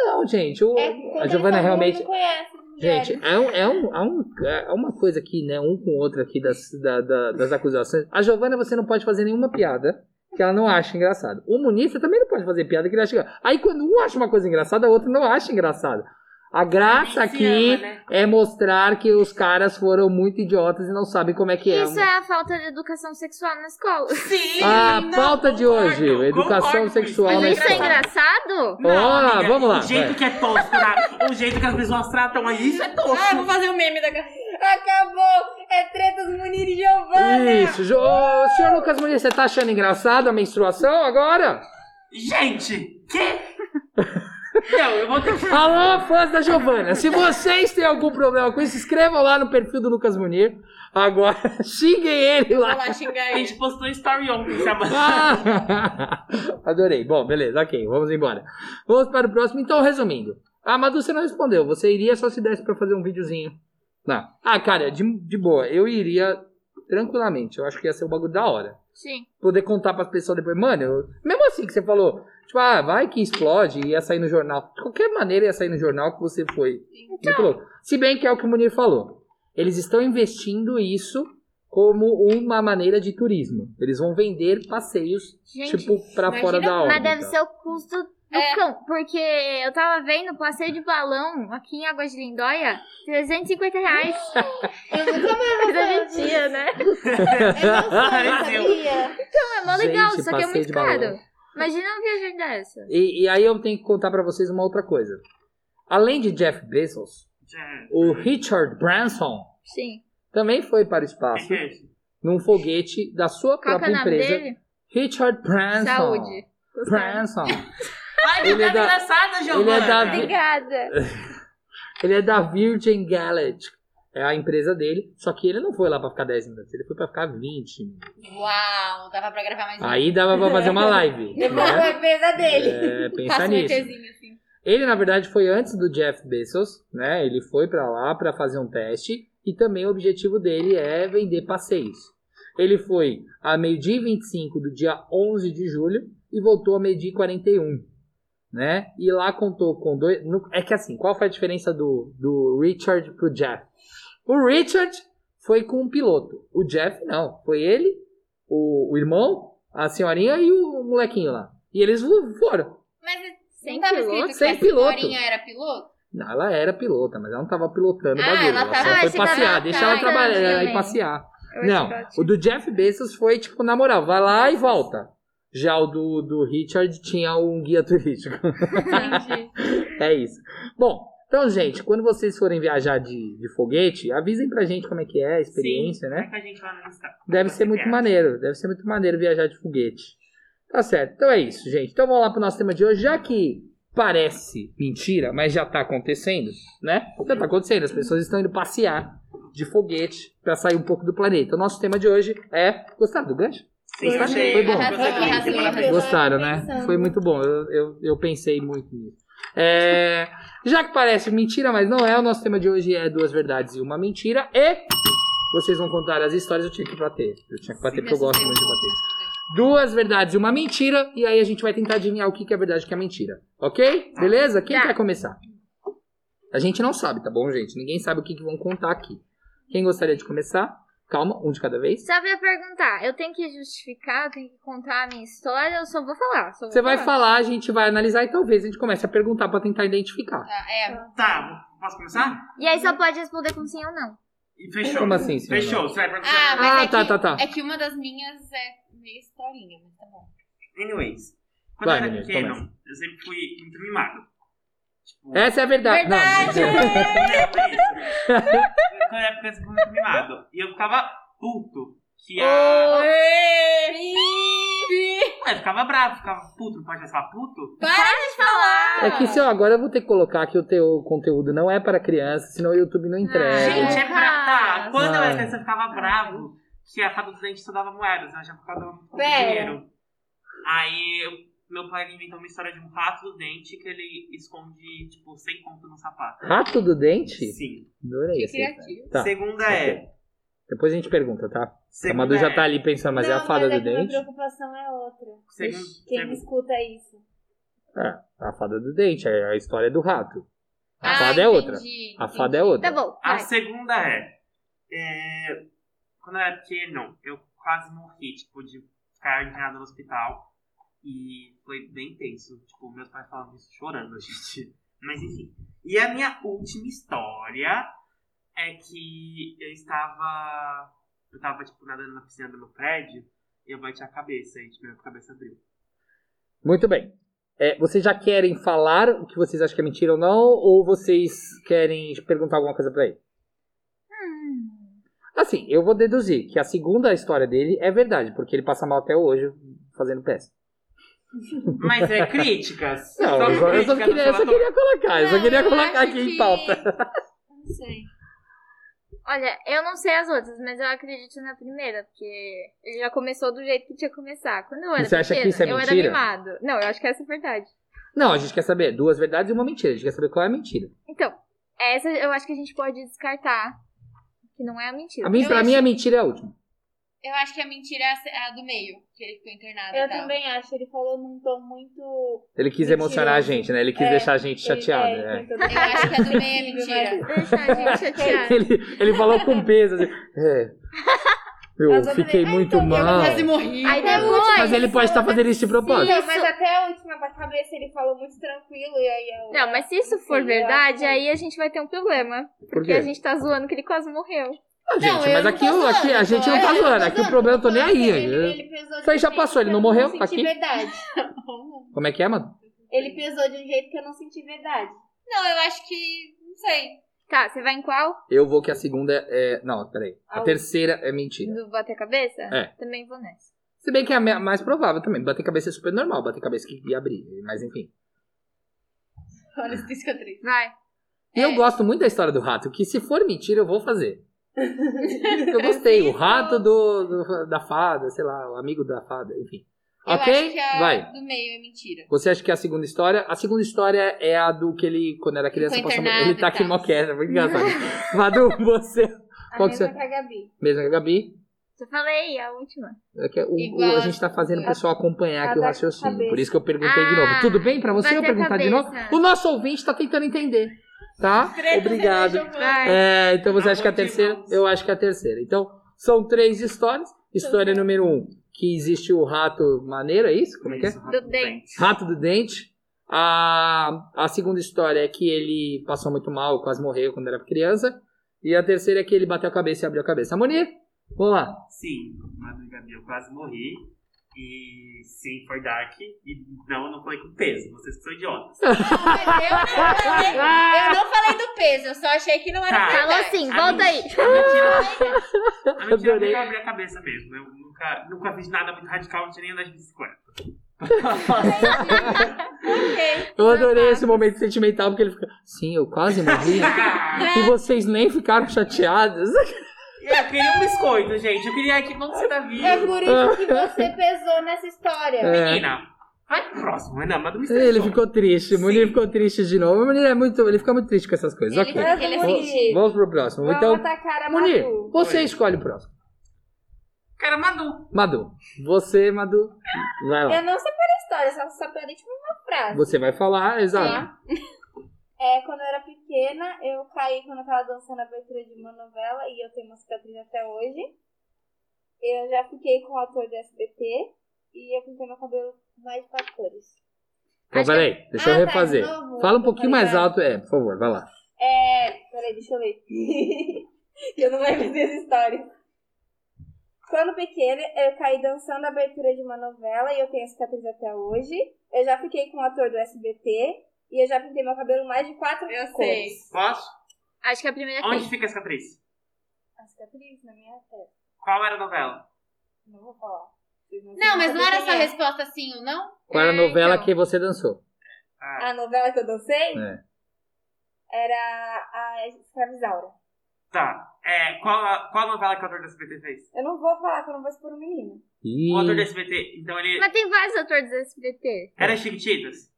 S1: Não, gente, o,
S4: É, porque
S1: a
S4: eles
S1: Giovana
S3: tá
S4: são
S1: realmente.
S4: muito conhecem, mulheres.
S1: Gente, é, um, é, um, é, um- é uma coisa aqui, né? Um com o outro aqui das, da- da- das acusações. A Giovana, você não pode fazer nenhuma piada que ela não acha engraçada. O Muniz, você também não pode fazer piada que ele acha engraçada. Aí quando um acha uma coisa engraçada, o outro não acha engraçada. A graça
S2: Ninguém
S1: aqui
S2: se ama, né?
S1: é mostrar que os caras foram muito idiotas e não sabem como é que é.
S5: Isso é a falta de educação sexual na escola.
S2: Sim!
S1: A
S2: não,
S1: pauta de
S2: concordo,
S1: hoje, educação
S2: concordo com
S1: sexual
S2: Mas
S1: na
S5: Mas
S2: isso é
S5: isso é
S1: escola.
S5: engraçado?
S2: Não,
S1: Ó,
S2: amiga,
S1: Ah, vamos lá,
S2: O jeito
S1: vai.
S2: que é tosco, né? o jeito que as pessoas tratam aí, isso é tosco.
S3: Ah, eu vou fazer o meme da cara.
S4: Acabou! É tretas Munir e Giovana!
S1: Isso, jo... Ô, senhor Lucas Muniz, você tá achando engraçado a menstruação agora?
S2: Gente, que? não, eu vou ter que...
S1: Alô, fãs da Giovana. Se vocês têm algum problema com isso, escrevam lá no perfil do Lucas Munir. Agora, xinguem ele
S3: Vou
S1: lá.
S3: lá xingar
S2: A um
S3: ele.
S2: gente postou story ontem, sabe?
S1: Ah, Adorei. Bom, beleza, ok, vamos embora. Vamos para o próximo. Então, resumindo. A Madu, você não respondeu. Você iria só se desse pra fazer um videozinho. Não. Ah, cara, de, de boa. Eu iria tranquilamente. Eu acho que ia ser o bagulho da hora.
S5: Sim.
S1: Poder contar pras pessoas depois. Mano, eu- mesmo assim que você falou, tipo, ah, vai que explode e ia sair no jornal. De qualquer maneira ia sair no jornal que você foi.
S5: Então.
S1: Muito louco. Se bem que é o que o Munir falou. Eles estão investindo isso como uma maneira de turismo. Eles vão vender passeios
S5: Gente,
S1: tipo, pra
S3: imagina-
S1: fora da hora.
S5: mas deve ser o custo do
S3: É.
S5: cão. Porque eu tava vendo o passeio de balão aqui em Águas de Lindóia, 350 reais.
S4: Eu nunca mais vou
S5: Mas a
S4: fazer
S5: gente ia, né?
S4: É meu sonho,
S2: Brasil.
S4: sabia?
S5: Não, é mó legal,
S1: Gente,
S5: só que é
S1: passeio
S5: muito
S1: de balão.
S5: caro. Imagina uma viagem dessa.
S1: E, e aí eu tenho que contar pra vocês uma outra coisa. Além de Jeff Bezos,
S2: Já-
S1: o Richard Branson
S5: Sim.
S1: também foi para o
S2: Tem
S1: espaço
S2: peixe.
S1: num foguete da sua
S5: Qual que é
S1: própria
S5: o nome
S1: empresa.
S5: dele?
S1: Richard Branson.
S5: Saúde. Gostaram?
S1: Branson.
S3: Ai,
S1: Ele é
S3: tá
S1: da-
S3: engraçada,
S1: Ele
S3: Giovana.
S1: é da
S2: né?
S5: Obrigada.
S1: Ele é da Virgin Galactic. É a empresa dele. Só que ele não foi lá pra ficar 10 minutos. Ele foi pra ficar 20 minutos.
S3: Uau, dava pra gravar mais um.
S1: Aí dava pra fazer uma live.
S4: Depois
S1: né?
S4: foi a mesa dele.
S1: É, pensa
S3: Passa um
S1: nisso.
S3: ETzinho, assim.
S1: Ele, na verdade, foi antes do Jeff Bezos, né? Ele foi pra lá pra fazer um teste e também o objetivo dele é vender passeios. Ele foi a meio-dia e 25 do dia 11 de julho e voltou a meio-dia e 41, né? E lá contou com dois... no- É que assim, qual foi a diferença do, do Richard pro Jeff? O Richard foi com um piloto, o Jeff não. Foi ele, o, o irmão, a senhorinha e o molequinho lá. E eles vo- foram.
S3: Mas
S5: Sem
S3: não tava
S5: piloto?
S3: escrito que
S1: Sem
S3: a
S1: piloto.
S3: senhorinha era piloto?
S1: Não, ela era pilota, mas ela não tava pilotando o
S3: Ah,
S1: bagulho.
S3: ela
S1: Ela,
S3: tava-
S1: só
S5: Ah,
S1: foi
S5: esse
S1: passear,
S5: cara
S1: deixa
S5: tá
S1: ela trabalhar
S5: andando,
S1: ela ir
S5: né?
S1: passear.
S5: Eu acho
S1: Não,
S5: que ótimo.
S1: o do Jeff Bezos foi, tipo, na moral, vai lá e volta. Já o do, do Richard tinha um guia turístico.
S3: Entendi.
S1: É isso. Bom, então, gente, quando vocês forem viajar de, de foguete, avisem pra gente como é que é a experiência, né?
S2: Vai com a gente lá no Insta. É.
S1: Deve ser muito
S2: Viagem.
S1: maneiro. Deve ser muito maneiro viajar de foguete. Tá certo. Então é isso, gente. Então vamos lá pro nosso tema de hoje, já que parece mentira, mas já tá acontecendo, né? Já tá acontecendo. As pessoas estão indo passear de foguete pra sair um pouco do planeta. O nosso tema de hoje é. Gostaram do gancho?
S2: Sim,
S1: Foi
S2: achei.
S1: bom.
S2: Gostei
S3: Arrasou,
S2: muito,
S3: arrasou,
S2: parabéns.
S3: Eu arrasou.
S1: Gostaram,
S4: tava
S1: né?
S4: pensando.
S1: Foi muito bom. Eu, eu, eu pensei muito nisso. É, já que parece mentira, mas não é, o nosso tema de hoje é duas verdades e uma mentira. E vocês vão contar as histórias, eu tinha que bater. Eu tinha que bater porque eu gosto muito de bater. Duas verdades e uma mentira. E aí a gente vai tentar adivinhar o que que é verdade e o que é mentira. Ok? Beleza? Quem
S5: Tá.
S1: quer começar? A gente não sabe, tá bom, gente? Ninguém sabe o que, que vão contar aqui. Quem gostaria de começar? Calma, um de cada vez.
S5: Só pra perguntar, eu tenho que justificar, eu tenho que contar a minha história, eu só vou falar. só vou
S1: Você vai falar, a gente vai analisar e talvez a gente comece a perguntar pra tentar identificar.
S3: Tá,
S4: Ah,
S3: é.
S2: Tá, posso começar?
S5: E
S1: Uhum.
S5: aí só pode responder com sim ou não.
S2: E fechou.
S1: Como assim, senhora?
S2: Fechou. Você vai pra
S3: Ah, mas
S1: Ah,
S3: é
S1: tá,
S3: que,
S1: tá, tá.
S3: É que uma das minhas é meio historinha, mas tá bom.
S2: Anyways. Quando
S1: Vai,
S2: eu era
S1: menino,
S2: pequeno,
S1: começa.
S2: eu sempre fui muito mimado. Tipo,
S1: Essa é a verdade.
S3: Verdade!
S1: Não,
S2: Quando eu era pequeno, eu sempre fui muito mimado. E eu ficava puto. Que a...
S3: Oi!
S2: Ué, eu ficava bravo, ficava puto. Não pode mais falar puto?
S1: é que se eu agora eu vou ter que colocar que o teu conteúdo não é para criança, senão o YouTube não entrega.
S5: É.
S2: Gente, é pra... Tá, quando eu
S1: Ah.
S2: era criança, eu ficava bravo que a fada do dente só dava moedas. né? Eu achava que ela dava muito um pouco
S4: Pera.
S2: dinheiro. Aí, eu- meu pai inventou uma história de um rato do dente que ele esconde, tipo, sem conto no sapato.
S1: Rato do dente?
S2: Sim.
S1: Adorei essa ideia.
S3: Criativo.
S1: Ah, Tá.
S2: Segunda é,
S1: ok. Depois a gente pergunta, tá? A
S2: segunda
S1: Madu já
S2: é-
S1: tá ali pensando, mas
S4: Não,
S1: é a fada
S4: é
S1: do
S4: que Minha
S1: dente.
S4: preocupação é outra.
S2: Segun-
S4: Quem me
S2: segun-
S4: escuta isso?
S1: A fada do dente, é a história do rato. A
S3: Ah,
S1: fada é outra.
S3: entendi,
S1: A
S3: entendi.
S1: fada é outra.
S5: Tá bom,
S2: A
S5: vai.
S2: segunda é, é, Quando eu era pequeno, eu quase morri, tipo, de ficar internado no hospital. E foi bem tenso. Tipo, meus pais falavam isso chorando, gente. Mas enfim. E a minha última história é que eu estava. Eu tava, tipo, nadando na piscina do meu prédio e eu bati a cabeça, e tipo, minha cabeça abriu.
S1: Muito bem. É, vocês já querem falar o que vocês acham que é mentira ou não? Ou vocês querem perguntar alguma coisa pra ele? Assim, eu vou deduzir que a segunda história dele é verdade, porque ele passa mal até hoje fazendo peça.
S2: Mas é críticas.
S1: Não, eu só, é, eu só queria, eu só queria colocar, eu só
S3: Não,
S1: queria
S3: eu
S1: colocar
S3: acho
S1: aqui em
S3: que-
S1: pauta.
S3: Não sei.
S5: Olha, eu não sei as outras, mas eu acredito na primeira, porque ele já começou do jeito que tinha que começar. Quando eu era
S1: você acha que
S5: pequena,
S1: isso é
S5: eu era
S1: mentira?
S5: mimado. Não, eu acho que essa é a verdade.
S1: Não, a gente quer saber duas verdades e uma mentira. A gente quer saber qual é a mentira.
S5: Então, essa eu acho que a gente pode descartar, que não é a mentira.
S1: A mim,
S3: Eu
S1: pra
S3: acho-
S1: mim, a mentira é a última.
S3: Eu acho que a mentira é a se- a do meio, que ele ficou internado. e
S4: Eu
S3: tal.
S4: também acho, ele falou num tom muito.
S1: Ele quis emocionar a gente, né? Ele quis
S4: É,
S1: deixar a gente chateada.
S4: Ele- então,
S1: é.
S4: ele tentou-
S3: Eu acho que a do meio é mentira.
S5: Deixa a gente chateada.
S1: Ele, ele falou com peso. Assim, é. Eu
S4: Mas eu
S1: fiquei
S4: falei, "Ah,
S1: muito
S4: então, eu
S1: mal.
S4: quase
S3: morri.
S5: Aí
S1: Mas
S5: depois...
S1: ele pode estar fazendo isso de propósito.
S4: Não, mas até a última da cabeça ele falou muito tranquilo e aí eu.
S5: Não, mas se isso for
S4: Sim,
S5: verdade,
S4: eu acho
S5: aí a gente vai ter um problema.
S1: Por
S5: Porque
S1: quê?
S5: a gente tá zoando que ele quase morreu.
S1: Ah, gente,
S3: Não, eu
S1: mas
S3: não
S1: aqui,
S3: tô
S1: o- aqui a
S3: zoando, É.
S1: gente não
S3: eu
S1: tá
S3: não tô
S1: zoando. Aqui o
S3: zoando,
S1: problema eu tô nem aí.
S4: Ele,
S1: Eu-
S4: ele pesou
S1: Isso aí
S4: de
S1: já
S4: um
S1: passou, ele
S4: jeito que
S1: não
S4: eu
S1: morreu,
S4: senti
S1: tá aqui.
S4: verdade.
S1: Como é que é, mano?
S4: Ele pesou de um jeito que eu não senti verdade.
S3: Não, eu acho que. Não sei.
S5: Tá, você vai em qual?
S1: Eu vou que a segunda é. Não, peraí.
S4: A
S1: A terceira é mentira.
S5: Do bater cabeça?
S1: É.
S5: Também vou nessa.
S1: Se bem que é a me- mais provável também. Bater cabeça é super normal, bater cabeça que que abrir. Mas enfim.
S3: Olha esse cicatriz.
S5: Vai.
S1: E
S3: É.
S1: eu gosto muito da história do rato, que se for mentira, eu vou fazer. Eu gostei. O rato do, do- da fada, sei lá, o amigo da fada, enfim.
S3: Eu acho
S1: ok?
S3: que a
S1: Vai.
S3: do meio é mentira.
S1: Você acha que é a segunda história? A segunda história é a do que ele, quando era criança,
S3: Ficou
S1: passou.
S3: internado
S1: Ele tá
S3: e
S1: aqui
S3: tal.
S1: mó queda, muito engraçado. Madu, você.
S4: A
S1: Qual que
S4: mesma
S1: você-
S4: que a Gabi.
S1: Mesmo que a Gabi.
S5: Já falei, a última.
S1: É que o- o-
S3: Igual
S1: a gente tá fazendo o
S3: a-
S1: pessoal acompanhar
S4: a
S1: aqui o
S4: da
S1: raciocínio.
S4: cabeça.
S1: Por isso que eu perguntei de novo.
S5: Ah,
S1: Tudo bem pra você eu
S5: bater
S1: perguntar de novo?
S5: cabeça.
S1: O nosso ouvinte tá tentando entender, tá? Obrigado.
S5: Vai.
S1: É, então você
S2: Ah,
S1: acha que é a
S2: bom,
S1: terceira?
S2: irmãos.
S1: Eu acho que é a terceira. Então, são três histórias. História número um, que existe o rato maneiro, é isso? Como é que é?
S2: Isso, rápido,
S5: Do
S2: bem.
S1: Rato do Dente. A, a segunda história é que ele passou muito mal, quase morreu quando era criança. E a terceira é que ele bateu a cabeça e abriu a cabeça. Monir, vamos lá.
S2: Sim, mas Gabi, eu quase morri. E sim, foi Dark. E não, não foi com peso. Vocês que são idiotas.
S3: Não, mas eu não falei. Eu não falei do peso, eu só achei que não era
S4: Ah!
S2: Tá.
S3: verdade.
S5: Falou sim, volta aí.
S2: A mentira, a mentira
S1: Adorei.
S2: foi que eu abri a cabeça mesmo. Eu nunca, nunca fiz nada muito radical, não tinha nem andar de bicicleta.
S3: Ok.
S1: Eu adorei esse momento sentimental, porque ele fica, sim, eu quase morri.
S5: Ah!
S1: e vocês nem ficaram chateados.
S2: eu queria um biscoito, gente. Eu queria que não ser da
S4: É
S2: vida.
S4: por isso que você pesou nessa história.
S1: É.
S2: Menina, vai pro próximo, Renan, um mas não me
S1: Ele
S2: estressou.
S1: ficou triste, o Munir ficou triste de novo. O Munir é muito. Ele fica muito triste com essas coisas.
S3: Ele
S1: ok.
S3: tá- ele é
S1: Vamos-
S4: sentido.
S1: Vamos pro próximo.
S4: Vamos
S1: Então,
S4: atacar a
S1: Munir,
S4: Madu.
S1: você
S2: Oi.
S1: escolhe o próximo.
S2: Cara, Madu.
S1: Madu. Você, Madu. Vai lá.
S4: Eu não separei a história, só separei tipo uma frase.
S1: Você vai falar, exato.
S4: Tá? É, quando eu era pequena, eu caí quando eu tava dançando a abertura de uma novela e eu tenho uma cicatriz até hoje. Eu já fiquei com o ator do SBT e eu pintei meu cabelo mais de quatro cores.
S1: Então,
S5: Acho que-
S1: peraí, deixa eu
S4: Ah, tá,
S1: refazer.
S4: de novo?
S1: Fala um pouquinho mais
S4: Obrigada.
S1: alto, é, por favor, vai lá.
S4: É. Peraí, deixa eu ler. eu não lembro dessa história. Quando pequena, eu caí dançando a abertura de uma novela e eu tenho a cicatriz até hoje. Eu já fiquei com o ator do SBT e eu já pintei meu cabelo mais de quatro
S3: Eu sei.
S4: cores.
S2: Posso?
S5: Acho que a primeira é
S2: Onde fica a cicatriz?
S4: A cicatriz na minha testa.
S2: Qual era a novela?
S4: Não vou falar. Vocês
S3: Não, mas não era
S4: sabem
S3: só
S4: quem é.
S3: resposta sim ou não?
S1: Qual era a
S5: É,
S1: novela
S5: então.
S1: que você dançou?
S4: A novela que eu dancei
S1: É.
S4: era a Escravizaura.
S2: Tá. É, qual, a- qual novela que o ator do SBT fez?
S4: Eu não vou falar que eu não vou expor o menino.
S1: Ih.
S2: O ator do SBT, então ele...
S5: Mas tem vários atores do SBT.
S2: Era Chiquititas?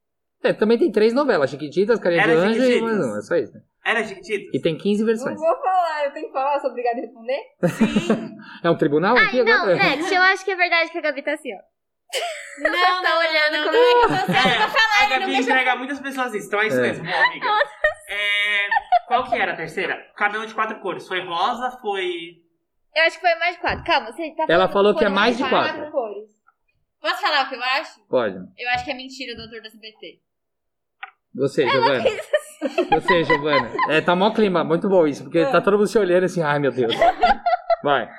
S1: É, também tem três novelas, Chiquititas, Carinha de
S2: Era
S1: Anjo e
S2: Chiquititas.
S1: mais uma, é só isso. né?
S2: Era Chiquititas?
S1: E tem 15
S4: Não
S1: versões.
S4: vou falar, eu tenho que falar, eu sou obrigada a responder.
S1: É um tribunal aqui
S5: Ai, não,
S1: agora?
S5: next, eu acho que é verdade que a Gabi tá assim, ó.
S3: Não,
S5: tá olhando
S3: não,
S5: como
S3: não, não, não,
S2: É, a
S3: ele não
S2: Gabi
S3: deixa
S2: entrega muitas pessoas isso, então é isso
S1: É.
S2: mesmo, boa amiga. É, qual que era a terceira? Cabelo de quatro cores. Foi rosa, foi...
S5: Eu acho que foi mais de quatro. Calma, você tá
S1: Ela
S5: falando
S1: falou que é
S5: cores,
S1: mais de
S5: tá?
S1: quatro.
S4: Quatro cores.
S3: Posso falar o que eu acho?
S1: Pode.
S3: Eu acho que é mentira do ator do SBT.
S1: Você, Giovana.
S5: assim.
S1: Você, Giovana. É, tá mó clima, muito bom isso, porque
S4: É.
S1: tá todo mundo se olhando assim, ai meu Deus. Vai.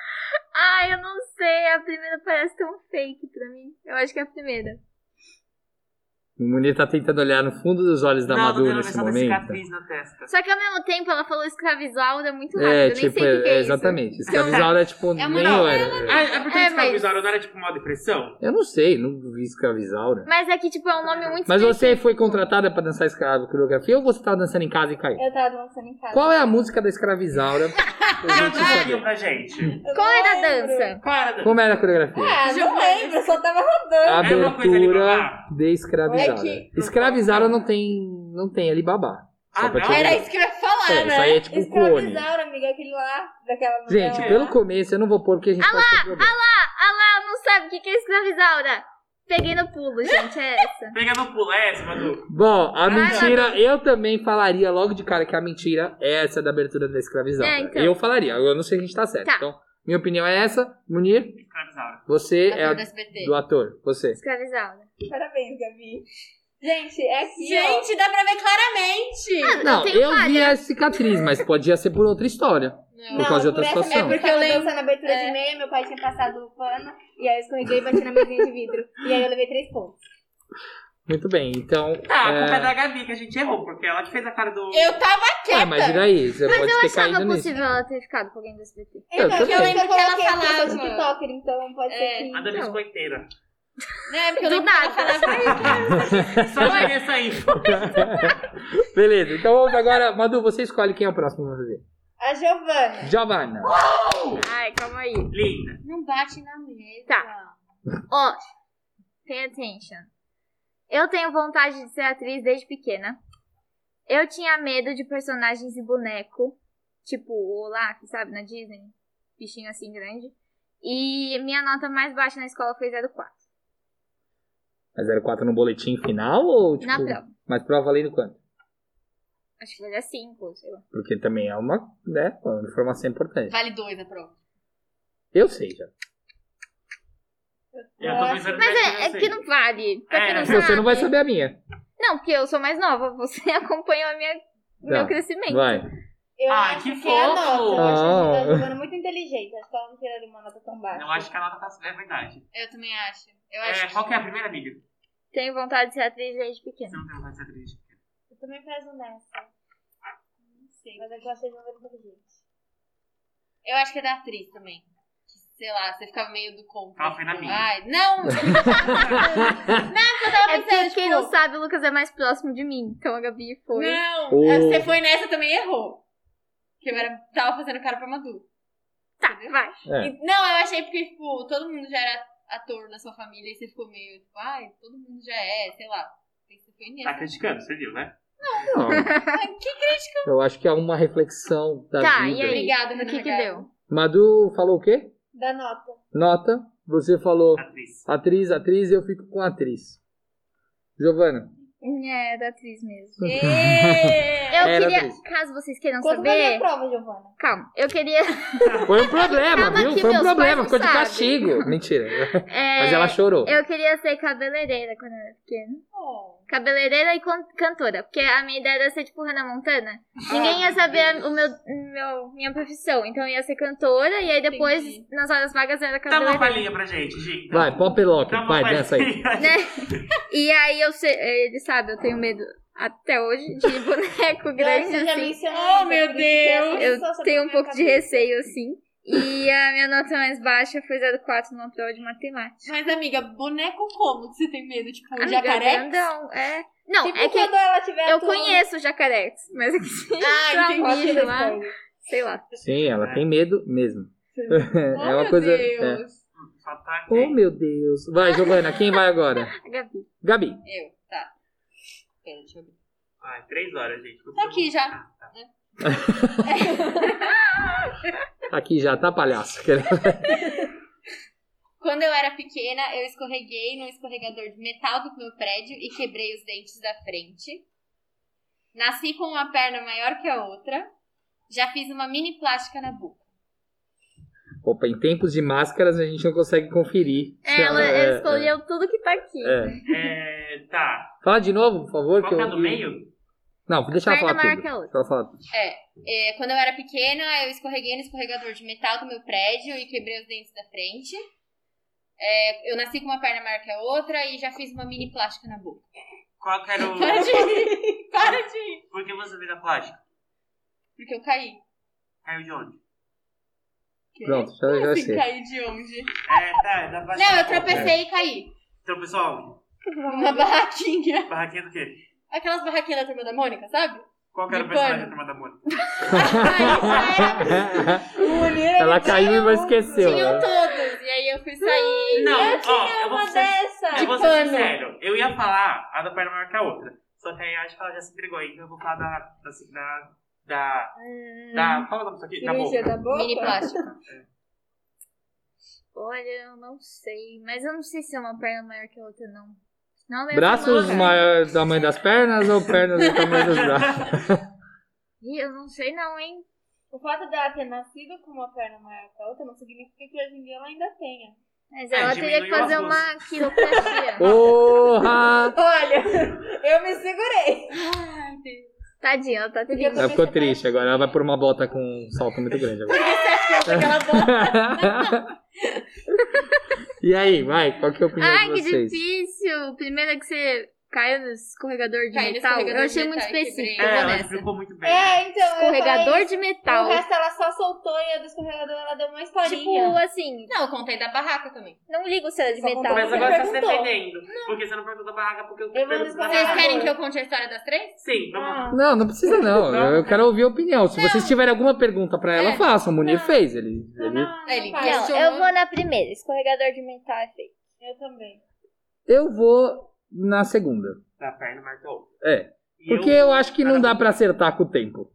S5: Ai, eu não sei. A primeira parece tão fake pra mim. Eu acho que é a primeira.
S1: O Munir tá tentando olhar no fundo dos olhos da
S2: não, é eu tô
S1: Madu
S2: tentando
S1: nesse
S2: deixar essa
S1: momento.
S2: cicatriz na testa.
S5: Só que ao mesmo tempo ela falou escravizalda muito rápido.
S1: É,
S5: eu
S1: tipo,
S5: nem sei o que que é,
S1: é,
S5: isso.
S1: exatamente. Escravizalda é tipo,
S5: É uma
S1: nem
S5: novela,
S1: hora.
S2: Ah, é porque
S5: É,
S2: é,
S5: mas-
S2: escravizaram, não era tipo uma depressão?
S1: Eu não sei, não vi né? escravizaura.
S5: Mas é que, tipo, é um nome muito
S1: Mas você
S5: específico.
S1: foi contratada pra dançar escravo coreografia ou você tava dançando em casa e caiu?
S4: Eu tava dançando em casa.
S1: Qual é a música da escravizaura? Eu vou
S2: Ah, Não
S1: te
S2: tinha
S1: saber.
S2: pra gente.
S4: Eu
S5: Qual
S4: não
S5: era a
S4: lembro.
S5: dança?
S2: Qual era a dança?
S1: Como era a coreografia?
S4: Ah, não lembro, eu só tava
S2: É uma coisa
S1: Abertura
S2: Alibaba?
S1: de escravizaura.
S4: É
S1: Escravizaura não tem, não tem Alibaba. Só
S2: Ah,
S1: pra
S2: não?
S1: te
S2: Era
S1: lembrar.
S2: isso
S3: que eu ia falar,
S1: É, isso aí é tipo o clone.
S4: escravizaura, amiga, aquele lá, daquela
S1: Gente,
S4: novela.
S1: pelo começo eu não vou pôr porque a gente pode ter problema.
S5: Ah, ah lá, não sabe o que que é escravizaura. Peguei no pulo, gente, é essa.
S2: Pegando pulo, é essa, Madu.
S1: Bom, a
S5: Ah,
S1: mentira, eu também falaria logo de cara que a mentira é essa da abertura da escravizaura.
S5: É, então.
S1: Eu falaria, eu não sei se a gente tá certo.
S5: Tá.
S1: Então, minha opinião é essa. Munir,
S2: Escravizaram.
S1: você é
S3: Ator do
S1: a-
S3: SBT.
S1: do ator, você.
S5: Escravizaura.
S4: Parabéns, Gabi. Gente, é aqui, ó.
S3: Gente, dá pra ver claramente.
S5: Ah,
S1: Não,
S5: tenho
S1: eu vi
S5: falha.
S1: a cicatriz, mas podia ser por outra história. por causa de outra
S4: essa
S1: situação.
S4: mesmo,
S3: É porque eu
S4: tava
S3: lembro-
S4: dançando abertura
S3: é.
S4: de meia, meu pai tinha passado o pano, e aí eu escorreguei e bati na mesinha de vidro. E aí eu levei três pontos.
S1: Muito bem, então.
S2: Tá, a culpa
S1: é...
S2: é da Gabi que a gente errou, porque ela que fez a cara do.
S3: Eu tava
S1: Ué,
S3: quieta.
S1: Ah, mas e daí? Você
S5: Tá Mas
S1: pode
S5: eu
S1: ter
S5: achava
S1: caído nisso.
S5: possível ela ter ficado com alguém do SBT.
S1: Eu
S4: Então,
S1: também.
S4: eu lembro que ela
S3: falava.
S4: Eu sou tiktoker, então pode
S3: É.
S4: ser
S2: A
S4: que...
S2: da
S5: Não.
S2: biscoiteira.
S3: Não, é porque eu
S5: Do
S3: lembro que ela
S5: nada. assim,
S3: falava.
S2: Só joguei essa info.
S1: Beleza, então vamos agora. Madu, você escolhe quem é o próximo a fazer.
S4: A Giovana.
S1: Giovanna.
S5: Ai, calma aí.
S2: Linda.
S3: Não bate na mesa.
S5: Tá. Ó, pay attention. Eu tenho vontade de ser atriz desde pequena. Eu tinha medo de personagens e boneco. Tipo o Olaf, sabe, na Disney. Bichinho assim grande. E minha nota mais baixa na escola foi 04.
S1: Mas 04 no boletim final ou tipo.
S5: Na prova.
S1: Mas prova valendo quanto?
S5: Acho que foi 5, sei lá.
S1: Porque também é uma, né, uma informação importante.
S3: Vale dois é a prova.
S1: Eu sei já.
S2: Eu tô pensando nessa,
S5: Mas é, é
S2: eu sei.
S5: que não vale. Pra
S2: É,
S5: quem não
S2: você
S1: Você
S5: sabe.
S1: não vai saber a minha.
S5: Não, porque eu sou mais nova. Você acompanhou a minha, meu
S1: Tá,
S5: crescimento.
S1: Vai.
S4: Eu
S2: Ah,
S4: acho
S2: que
S4: que é a nota.
S2: fofo.
S4: Eu acho que
S1: Ah.
S4: a Giovana é muito inteligente. Acho que ela não tiraria uma nota tão baixa.
S2: Eu acho que a nota tá. É verdade.
S3: Eu também acho. Eu acho
S2: É, qual que é a primeira amiga?
S5: Tenho vontade de ser atriz desde
S2: Você
S5: pequena.
S2: não tem vontade de ser atriz.
S4: Eu também prezo nessa. Não sei. Mas é que eu achei Giovana inteligente.
S3: Eu acho que é da atriz também. Que, Sei lá, você ficava meio do contra.
S2: Ah, foi na
S3: Tipo,
S2: minha.
S3: Ai, não! não, porque eu tava
S5: É porque
S3: pensando,
S5: quem
S3: tipo, Né?
S5: não sabe, o Lucas é mais próximo de mim. Então a Gabi foi.
S3: Não, ah,
S1: Ô.
S3: você foi nessa também e errou. Porque eu era, tava fazendo cara pra Madu.
S5: Tá, vai.
S1: É.
S3: E- não, eu achei porque, tipo, todo mundo já era ator na sua família e você ficou meio, tipo, ai, todo mundo já é, sei lá. Você foi
S2: Tá
S3: nessa.
S2: criticando, você viu, né?
S1: Não. Eu acho que é uma reflexão da
S5: Tá,
S1: vida.
S5: e aí?
S3: Obrigada,
S5: O que que
S3: Renata.
S5: deu?
S1: Madu falou o quê?
S4: Da nota.
S1: Nota. Você falou
S2: Atriz.
S1: atriz, atriz, eu fico com atriz. Giovana.
S5: É, da atriz mesmo.
S3: Ê!
S5: Eu
S1: Era
S5: queria,
S1: atriz.
S5: caso vocês queiram
S4: Quanto valia a
S5: saber...
S4: prova, Giovana?
S5: Calma, eu queria...
S1: Foi um problema,
S5: Calma
S1: viu?
S5: que
S1: Foi um
S5: meus
S1: problema,
S5: pais
S1: ficou de
S5: não sabem.
S1: castigo. Mentira.
S5: é,
S1: Mas ela chorou.
S5: Eu queria ser cabeleireira quando eu era pequena.
S4: Oh.
S5: Cabeleireira e con- cantora. Porque a minha ideia era ser tipo Hannah Montana. Ninguém ia saber a- o meu, meu, minha profissão. Então eu ia ser cantora e aí depois,
S3: Entendi.
S5: nas horas vagas, eu era
S2: Então Dá uma palhinha
S5: cabeleireira.
S2: pra gente, gente.
S1: Vai, pop lock.
S2: Dá uma
S1: Vai,
S2: palhinha.
S1: dança aí.
S5: E aí eu sei, ele sabe, eu tenho medo até hoje de boneco grande
S4: Nossa, já
S5: assim.
S4: mencionou
S3: Oh,
S4: isso,
S3: meu
S4: por isso que essa
S3: Deus.
S5: Eu
S4: pessoa só
S5: tenho um
S4: tem na
S5: pouco de
S4: cabeça.
S5: receio assim. E a minha nota mais baixa foi 04 numa prova de matemática.
S3: Mas, amiga, boneco como que você tem medo? Tipo,
S5: Amiga,
S3: jacaré?
S5: grandão, é. Não,
S4: Tipo
S5: é que
S4: quando ela tiver né?
S5: eu
S4: atuando-
S5: conheço jacaretes, mas é que se
S3: Ah,
S5: entra um
S3: entendi.
S5: bicho
S4: Ótimo
S5: lá,
S4: spoiler.
S5: sei lá.
S1: Sim, ela tem medo mesmo.
S3: Oh,
S1: é uma
S3: meu
S1: coisa. é.
S3: Deus.
S2: Só tá aqui.
S1: Oh, meu Deus. Vai, Giovana, quem vai agora?
S5: A Gabi.
S1: Gabi.
S3: Eu, tá. Pera, deixa eu ver.
S2: Ai, três horas, gente.
S3: Tá aqui já.
S1: Aqui já, tá palhaço.
S3: Quando eu era pequena, eu escorreguei num escorregador de metal do meu prédio e quebrei os dentes da frente. Nasci com uma perna maior que a outra. Já fiz uma mini plástica na boca.
S1: Opa, em tempos de máscaras a gente não consegue conferir. se
S5: Ela,
S1: é-
S5: escolheu tudo que tá aqui.
S1: é.
S2: É, tá.
S1: Fala de novo, por favor.
S2: Qual
S1: que
S2: que
S1: eu
S2: é do
S1: ouvi.
S2: meio?
S1: Não, deixa ela
S5: Perna
S1: falar
S5: maior
S1: tudo.
S5: que a outra.
S1: Deixa ela falar tudo.
S3: É, quando eu era pequena, é, eu escorreguei no escorregador de metal do meu prédio e quebrei os dentes da frente. É, eu nasci com uma perna maior que a outra e já fiz uma mini plástica na boca.
S2: Qual que era o.
S3: Para de rir. Para de rir.
S2: Por que você vira plástica?
S3: Porque eu caí.
S2: Caiu de onde?
S1: Pronto, já, já
S3: Assim,
S1: sei.
S3: caí de onde?
S2: É, tá, da
S3: Não, eu tropecei e caí.
S2: Tropeçou onde?
S4: Uhum.
S3: Numa barraquinha.
S2: Barraquinha do quê?
S3: Aquelas barraquinhas da turma da Mônica, sabe?
S1: Uhum.
S2: Qual que era o
S3: De
S2: personagem da
S3: pano.
S2: turma da Mônica?
S3: Aí
S1: Ela caiu e não esqueceu.
S3: saí,
S5: um
S3: tinham
S1: né?
S3: todos. E aí eu fui sair.
S2: Não,
S4: eu
S2: ó,
S4: tinha
S2: eu vou
S4: uma
S2: ser-
S4: dessa.
S2: É, Eu
S3: De
S2: vou ser
S3: pano.
S2: sincero, eu ia falar a da perna maior que a outra. Só que aí acho que ela já se entregou aí, então eu vou falar da. da. da. da.
S4: Hum.
S2: da fala o nome disso aqui? Da
S4: Cirurgia
S2: boca.
S4: da boca?
S3: Mini plástica.
S5: Olha, eu não sei. Mas eu não sei se é uma perna maior que a outra, não. Não mesmo.
S1: Braços
S5: não, cara.
S1: maiores do tamanho das pernas ou pernas do tamanho dos braços?
S5: Ih, Eu não sei não, hein?
S4: O fato dela ter nascido com uma perna maior que a outra não significa que hoje em dia ela ainda tenha.
S5: Mas
S2: É,
S5: ela teria que
S2: diminuiu as
S5: fazer
S2: duas.
S5: uma quiropraxia.
S1: Porra!
S4: Olha, eu me segurei.
S3: Ai, Deus.
S5: Tadinha, ela tá
S4: Porque eu
S5: triste.
S4: tô-
S1: Ela ficou triste agora. Ela vai por uma bota com um salto muito grande agora.
S3: Aquela bola.
S1: e aí, vai, qual que é a opinião
S5: Ai, que
S1: de vocês?
S5: difícil. Primeiro é que você caiu no escorregador de
S3: Caí no
S5: metal.
S3: escorregador
S5: Eu achei
S3: de
S5: muito
S3: metal e quebrei.
S5: específico,
S2: É,
S5: vou
S2: ela
S5: nessa.
S2: explicou muito bem.
S4: É, então. eu falei
S5: Escorregador
S4: isso.
S5: de
S4: O
S5: metal.
S4: resto ela só soltou e a do escorregador ela deu uma historinha.
S5: Tipo, assim,
S3: Não, eu contei da barraca também.
S5: não ligo se ela é de
S4: Só
S5: metal.
S2: Mas
S4: Você
S2: agora você tá se
S4: perguntou.
S2: defendendo. Porque você não perguntou da barraca, porque eu
S4: Eu vou
S2: pergunto da
S4: responder.
S3: Vocês
S2: barraca.
S3: querem que eu conte a história das três?
S2: Sim, vamos lá.
S4: Ah,
S1: Não, não precisa não. Eu- Eu quero ouvir a opinião. Se vocês tiverem alguma pergunta pra ela,
S3: É.
S1: façam. O Munir fez. Ele,
S4: não,
S1: ele-
S4: Ah, não,
S3: Ele-
S4: faz.
S5: Não, eu vou na primeira. Escorregador de metal é feio.
S4: Eu também.
S1: Eu vou na segunda.
S2: Da perna maior que a outra.
S1: É.
S2: E
S1: Porque eu acho que não
S2: Cada
S1: dá
S2: um.
S1: pra acertar com o tempo.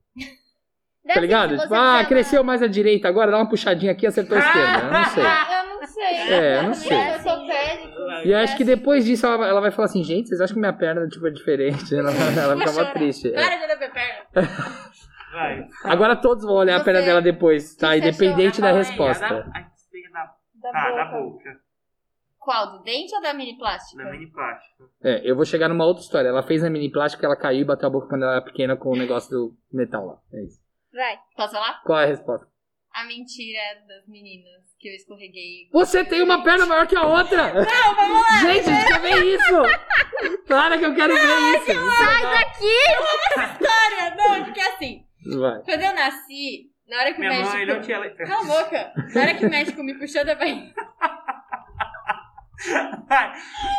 S1: Tá
S5: Deve
S1: ligado?
S5: ser que
S1: Tipo,
S5: você
S1: ah,
S5: chama-
S1: cresceu mais a direita agora, dá uma puxadinha aqui, acertou a esquerda. Eu não sei.
S4: Ah, Eu não sei.
S1: É, eu não sei.
S4: Eu sou pédico.
S1: E eu acho que depois disso ela, vai- ela vai falar assim, gente, vocês acham que minha perna tipo, é diferente? Ela, ela fica
S3: Vou
S1: mó
S3: chorar.
S1: triste. é.
S3: Para de olhar pra perna.
S2: Vai.
S1: Agora todos vão olhar a perna
S3: Você-
S1: dela depois, tá?
S3: você
S1: Independente
S3: achou?
S1: da
S2: é
S3: Fala aí,
S1: resposta.
S2: Da, a gente tem da,
S4: Da
S2: tá, da
S4: boca. Tá.
S2: boca.
S3: Qual? Do dente ou da mini plástica?
S2: Da mini plástica.
S1: É, eu vou chegar numa outra história. Ela fez a mini plástica, ela caiu e bateu a boca quando ela era pequena com o negócio do metal lá. É isso.
S5: Vai.
S3: Posso falar?
S1: Qual é a resposta?
S3: A mentira das meninas que eu escorreguei.
S1: Você tem uma perna maior que a outra! Não, vamos lá! Gente, a gente quer ver isso! Para que eu quero ver isso!
S5: Sai daqui!
S3: Olha, não, porque assim,
S1: Vai.
S3: quando eu nasci, na hora que o
S2: Minha
S3: médico.
S2: mãe é um não tinha leite.
S3: Cala a boca! Na hora que o médico me puxou da barriga.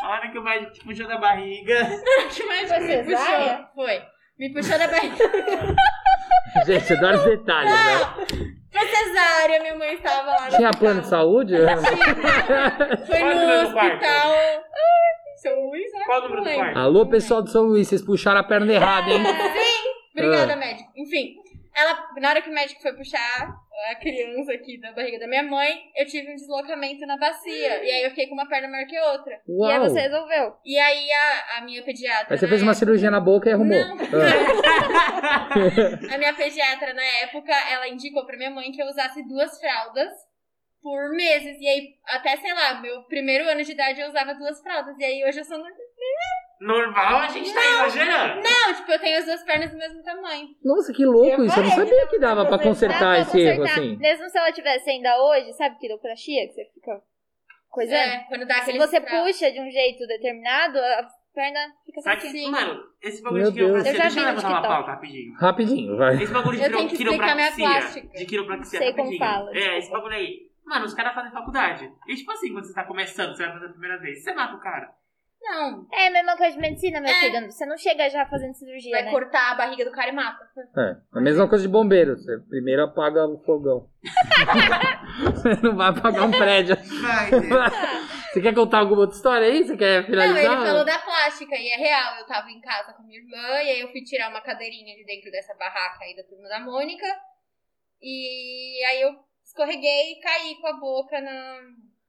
S2: a hora que o médico te puxou da barriga.
S3: Na hora que o médico
S4: Foi
S3: me
S4: cesárea?
S3: puxou. Foi. Me puxou da barriga.
S1: Gente, eu adoro os detalhes, né?
S3: Foi cesárea, minha mãe estava lá. no
S1: Tinha
S3: hospital.
S1: plano de saúde?
S3: Foi
S2: Qual o
S3: no
S2: número do quarto?
S3: hospital. São Luís, né?
S2: Qual o número do
S3: Não lembro.
S2: quarto?
S1: Alô, pessoal do São Luís, vocês puxaram a perna errada, hein?
S3: Obrigada,
S1: Ah.
S3: médico. Enfim, ela, na hora que o médico foi puxar a criança aqui da barriga da minha mãe, eu tive um deslocamento na bacia. E aí eu fiquei com uma perna maior que a outra.
S5: E aí
S1: Uau!
S5: você resolveu.
S3: E aí a, a minha pediatra.
S1: Aí você
S3: na
S1: fez uma
S3: época-
S1: cirurgia na boca e arrumou.
S3: Não.
S1: Ah,
S3: A minha pediatra, na época, ela indicou pra minha mãe que eu usasse duas fraldas por meses. E aí, até, sei lá, meu primeiro ano de idade eu usava duas fraldas. E aí hoje eu sou normal.
S2: Normal, a gente tá exagerando.
S3: Não, tipo, eu tenho as duas pernas do mesmo tamanho.
S1: Nossa, que louco isso! Eu não sabia que dava pra
S5: Dá
S1: consertar
S5: pra
S1: tá esse erro
S5: consertar.
S1: assim.
S5: Mesmo se ela tivesse ainda hoje, sabe quiropraxia? Que você fica coisando.
S3: É, quando dá
S5: Se
S3: aquele
S5: você
S3: estralo.
S5: puxa de um jeito determinado, a perna fica
S2: Sabe que,
S5: assim.
S2: mano, esse
S1: Meu
S2: bagulho de
S1: Deus.
S2: quiropraxia.
S5: Eu já
S2: Deixa
S5: vi
S2: eu
S5: no
S2: levantar uma
S5: TikTok.
S2: pauta rapidinho.
S1: Rapidinho, vai.
S2: Esse bagulho de
S3: Eu tenho
S2: quiro-
S3: que explicar minha
S2: quiropraxia.
S3: plástica.
S2: De quiropraxia.
S5: Sei como
S2: rapidinho.
S5: fala,
S2: É,
S3: tipo.
S5: desculpa.
S2: esse bagulho aí. Mano, os caras fazem faculdade. E tipo assim, quando você tá começando, você vai fazer a primeira vez. Você mata o cara.
S3: Não,
S5: É a mesma coisa de medicina, meu
S3: É.
S5: filho. Você não chega já fazendo cirurgia,
S3: vai
S5: né?
S3: cortar a barriga do cara e mata.
S1: É, a mesma coisa de bombeiro. Você primeiro apaga o fogão. você não vai apagar um prédio.
S2: Vai, Deus.
S1: Você quer contar alguma outra história aí? Você quer
S3: Não,
S1: finalizar?
S3: ele falou da plástica, e é real. Eu tava em casa com minha irmã, e aí eu fui tirar uma cadeirinha de dentro dessa barraca aí da turma da Mônica. E aí eu escorreguei e caí com a boca na,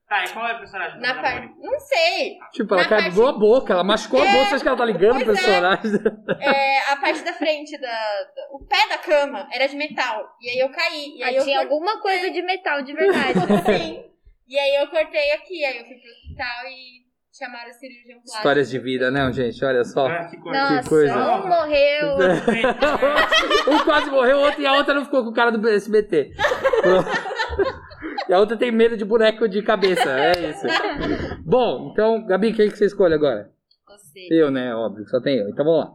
S2: Tá, e qual é o personagem
S3: na
S2: da
S3: parte. Não sei!
S1: Tipo, ela
S3: na
S1: quebrou a
S3: parte-
S1: boca, ela machucou a
S3: É.
S1: boca, você acha que ela tá ligando o
S3: Pois é.
S1: personagem?
S3: É, a parte da frente, da, da- o pé da cama, era de metal. E aí eu caí. E aí
S5: Aí
S3: eu
S5: Ah, tinha
S3: cor-
S5: alguma coisa de metal, de verdade. né?
S3: Sim. E aí eu cortei aqui. Aí eu fui pro hospital e chamaram o cirurgião plástico.
S1: Histórias de vida, né, gente? Olha só.
S2: Ah, que coisa.
S5: Nossa,
S1: coisa.
S5: um morreu.
S1: um quase morreu, outro e a outra não ficou com o cara do SBT. Pronto. e a outra tem medo de boneco de cabeça. É isso. Bom, então, Gabi, quem que você escolhe agora?
S3: Eu você.
S1: Eu, né? Óbvio, só tem eu. Então vamos lá.